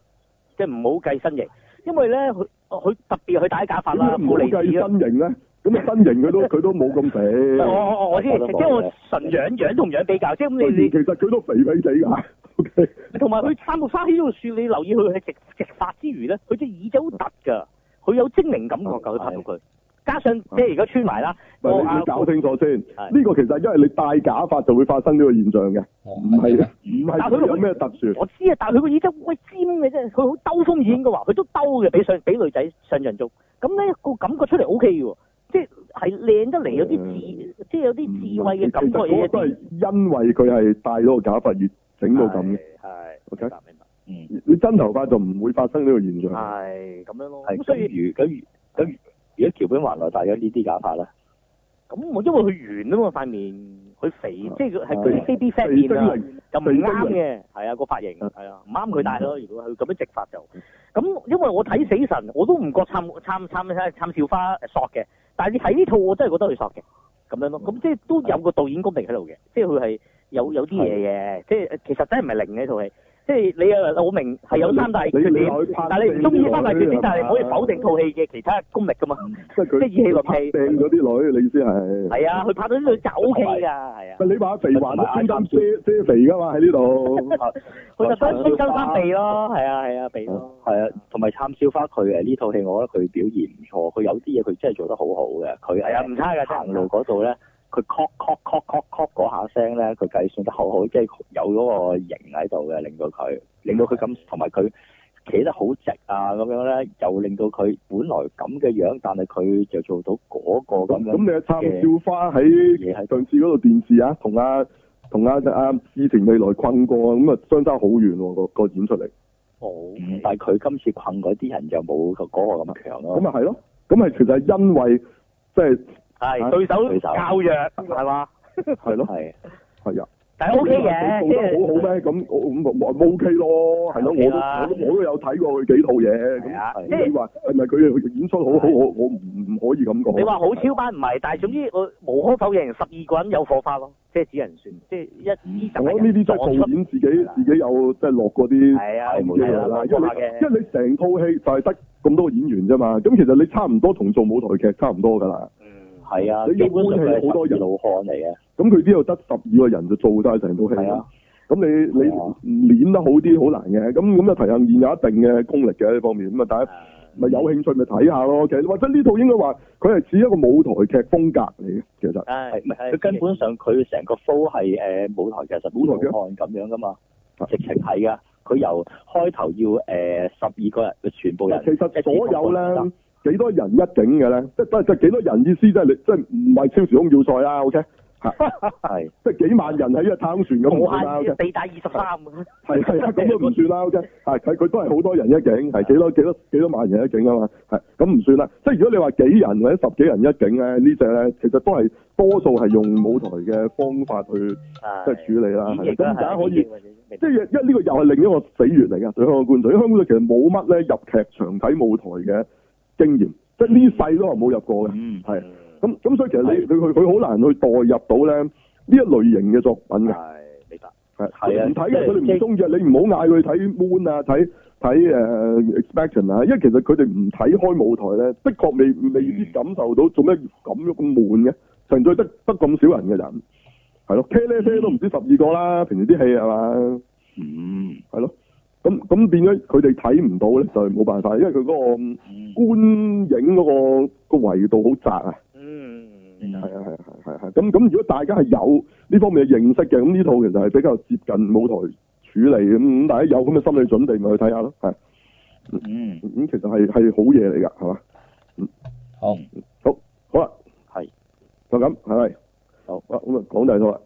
Speaker 6: 即係唔好計身形，因為咧佢佢特別佢戴假髮
Speaker 1: 點
Speaker 6: 啦，
Speaker 1: 解唔好
Speaker 6: 冇離
Speaker 1: 計
Speaker 6: 子啦。
Speaker 1: 身形咧？咁啊身形佢 都佢都冇咁肥。
Speaker 6: 我我我知，即
Speaker 3: 我都冇
Speaker 6: 係我純樣樣同樣比較，即係咁你
Speaker 1: 其
Speaker 6: 你
Speaker 1: 實佢都肥肥地㗎。OK，
Speaker 6: 同埋佢三木花起咗個樹，你留意佢係直直髮之餘咧，佢隻耳仔好突㗎，佢有精靈感
Speaker 1: 哦
Speaker 6: 覺㗎，佢拍到佢。加上即係而家穿埋啦，
Speaker 1: 唔係你
Speaker 6: 啊
Speaker 1: 你搞清楚先。
Speaker 6: 係
Speaker 1: 呢個其實因為你戴假髮就會發生呢個現象嘅，
Speaker 5: 我
Speaker 1: 唔係
Speaker 6: 啊
Speaker 1: 嘅，唔係佢有咩特殊。
Speaker 6: 我知啊，但係佢個耳仔喂尖嘅啫，佢好兜風耳應該話，佢都兜嘅，俾上俾女仔上人做，咁咧個感覺出嚟 O K 喎，即係係靚得嚟，有啲智，即係有啲智慧嘅感
Speaker 1: 嗯
Speaker 6: 覺
Speaker 1: 其實
Speaker 6: 嘢
Speaker 1: 嗰個都係因為佢係戴咗個假髮而整到咁嘅。
Speaker 6: 係
Speaker 1: OK 嗯
Speaker 6: 明白明白
Speaker 3: 嗯
Speaker 1: 你真頭髮就唔會發生呢個現象。
Speaker 6: 啊係咁樣咯，
Speaker 3: 係
Speaker 6: 咁
Speaker 3: 咁
Speaker 6: 所以。
Speaker 3: 如咁如咁如，如果橋本環奈戴咗呢啲假髮咧，
Speaker 6: 咁我因為佢圓啊嘛塊面，佢肥，
Speaker 1: 啊
Speaker 6: 即係佢係
Speaker 1: 肥
Speaker 6: 佢 baby
Speaker 1: 肥
Speaker 6: fat
Speaker 1: 精
Speaker 6: 面啊，
Speaker 1: 靈，
Speaker 6: 就唔啱嘅，係啊個髮型
Speaker 1: 啊
Speaker 6: 係啊唔啱佢戴咯。如果佢咁樣直髮就，咁因為我睇死神我都唔覺參參參參參少花索嘅，但係你睇呢套我真係覺得佢索嘅，咁樣咯，咁即係都有個導演功力喺度嘅，即係佢係有有啲嘢嘅，即係其實真係唔係零嘅呢套戲，即係你啊我明係有三大缺
Speaker 1: 你你
Speaker 6: 點，
Speaker 1: 落去拍
Speaker 6: 但係你唔中意三大缺點，但係你唔可以否定
Speaker 1: 定
Speaker 6: 套戲嘅其他功力噶嘛，
Speaker 1: 即係佢
Speaker 6: 即係以戲論戲
Speaker 1: 拍掟咗啲女，你意思係？
Speaker 6: 係啊，佢拍到呢套就 O K 㗎，係啊。
Speaker 1: 喂你話肥環都專登遮遮肥㗎嘛？喺 呢度
Speaker 6: 佢就真拎周三鼻咯，係啊係啊鼻咯，
Speaker 3: 係啊，同埋參少花佢呃誒呢套戲，我覺得佢表現唔錯，佢有啲嘢佢真係做得好好嘅，佢哎
Speaker 6: 係啊唔差㗎真係
Speaker 3: 行路嗰度咧，佢 c 確 c 確 c 嗰下聲咧，佢計算得好好，即係有嗰個型喺度嘅，令到佢，令到佢咁，同埋佢呃企得好直啊咁樣咧，又令到佢本來咁嘅樣，但係佢就做到嗰
Speaker 6: 哦
Speaker 3: 個咁
Speaker 1: 咁咁
Speaker 3: 樣
Speaker 1: 你係插照花喺
Speaker 3: 嘢喺度。
Speaker 1: 上次嗰度電視啊，同啊同啊阿志廷未來困過啊，咁啊相差好遠喎個個演出嚟，
Speaker 3: 嗯但係佢今次困嗰啲人就冇嗰個咁強
Speaker 6: 哦
Speaker 3: 咯。
Speaker 1: 咁啊係咯，咁係其實係因為即係
Speaker 6: 係
Speaker 1: 啊
Speaker 6: 對手
Speaker 3: 對手
Speaker 6: 較弱係嘛？
Speaker 1: 係咯
Speaker 3: 係
Speaker 1: 係啊，
Speaker 6: 但係 O K 嘅，即
Speaker 1: 做得好好
Speaker 6: 係
Speaker 1: 咩？咁我咁咪 OK 咯，係咯，我
Speaker 6: OK
Speaker 1: 都
Speaker 6: 啦
Speaker 1: 我都我都有睇過佢幾套嘢
Speaker 6: 係
Speaker 1: 咁。
Speaker 6: 啊，即
Speaker 1: 咁
Speaker 6: 係
Speaker 1: 你話係咪佢演出好好？我我唔唔可以咁講。
Speaker 6: 你話好超班唔係，但係總之我無可否認，十二個人有火花咯，即係只能算，即係一呢
Speaker 1: 我
Speaker 6: 十
Speaker 1: 呢啲真係導演自己自己有即係落嗰啲
Speaker 6: 係啊，
Speaker 1: 唔
Speaker 6: 冇
Speaker 1: 知
Speaker 6: 錯
Speaker 1: 嘢
Speaker 6: 啦
Speaker 1: 啦，，因
Speaker 6: 冇
Speaker 1: 為
Speaker 6: 錯
Speaker 1: 你
Speaker 6: 嘅，
Speaker 1: 因為你成套戲就係得咁多演員啫嘛，咁其實你差唔多同做舞台劇差唔多㗎啦。
Speaker 6: 嗯，
Speaker 3: 係啊，
Speaker 1: 你
Speaker 3: 基
Speaker 1: 要
Speaker 3: 本上佢
Speaker 1: 搬起好多
Speaker 3: 係十
Speaker 1: 人
Speaker 3: 二老漢嚟嘅。
Speaker 1: 咁佢呢度得十二個人就做晒成套戲
Speaker 3: 係
Speaker 1: 啦
Speaker 3: 啊。
Speaker 1: 咁
Speaker 3: 係啊
Speaker 1: 你你練得好啲好難嘅，咁咁就提行現有一定嘅功力嘅呢方面，咁啊大家咪有興趣咪睇下咯。其實或者呢套應該話佢係似一個舞台劇風格嚟嘅，其實
Speaker 6: 唉，
Speaker 3: 係唔係？
Speaker 6: 係
Speaker 3: 佢根本上佢成個 flow 係誒舞台劇實
Speaker 1: 舞台劇
Speaker 3: 看咁樣噶嘛
Speaker 1: 啊，
Speaker 3: 直情係噶。佢由開頭要誒十二個人，全部人
Speaker 1: 啊其實所有
Speaker 3: 一次過
Speaker 1: 咧幾多人一景嘅咧，即係即係幾多人意思即係你即係唔係超時空要塞啦，OK 嚇，
Speaker 3: 係
Speaker 1: 即係幾萬人喺一個太空船咁唔
Speaker 6: 無
Speaker 1: 算啦，OK
Speaker 6: 限地帶二十三
Speaker 1: 係係啊，咁都唔算啦，OK，係佢佢都係好多人一景，係幾多幾多幾多萬人一景啊嘛，係咁唔算啦。即係如果你話幾人或者十幾人一景咧，呢只咧其實都係多數係用舞台嘅方法去即係處理啦。係咁而家可以，即係一呢個又係另一個死穴嚟㗎。對香港觀眾，因為香港觀眾其實冇乜咧入劇場睇舞台嘅經驗，即係呢世都係冇入過嘅。
Speaker 3: 嗯
Speaker 1: 係咁咁，所以其實你佢佢佢好難去代入到咧呢一類型嘅作品嘅。
Speaker 3: 係明白。
Speaker 1: 係
Speaker 3: 係啊
Speaker 1: 唔睇
Speaker 3: 即
Speaker 1: 嘅，
Speaker 3: 係
Speaker 1: 佢哋唔中意啊！你唔好嗌佢睇 Moon 啊，睇睇誒 Expectation 啊，因為其實佢哋唔睇開舞台咧，的確未
Speaker 3: 嗯
Speaker 1: 未必感受到做咩咁樣咁悶嘅，純粹得得咁少人嘅人，係咯，茄喱啡都唔止十二個啦，平時啲戲係嘛，
Speaker 3: 嗯
Speaker 1: 係咯，咁咁變咗佢哋睇唔到咧，就係冇辦法，因為佢嗰個
Speaker 3: 嗯
Speaker 1: 觀影嗰、個、個維度好窄啊。
Speaker 6: 嗯，
Speaker 1: 係啊係啊係啊係啊，咁咁如果大家係有呢方面嘅認識嘅，咁呢套其實係比較接近舞台處理咁，咁大家有咁嘅心理準備，咪去睇下咯，係
Speaker 3: 嗯
Speaker 1: 咁其實係係好嘢嚟㗎，係嘛？嗯
Speaker 5: 好。
Speaker 1: 好啦，
Speaker 3: 係
Speaker 1: 就咁係咪？
Speaker 3: 好
Speaker 1: 好咁啊，講第二套啦，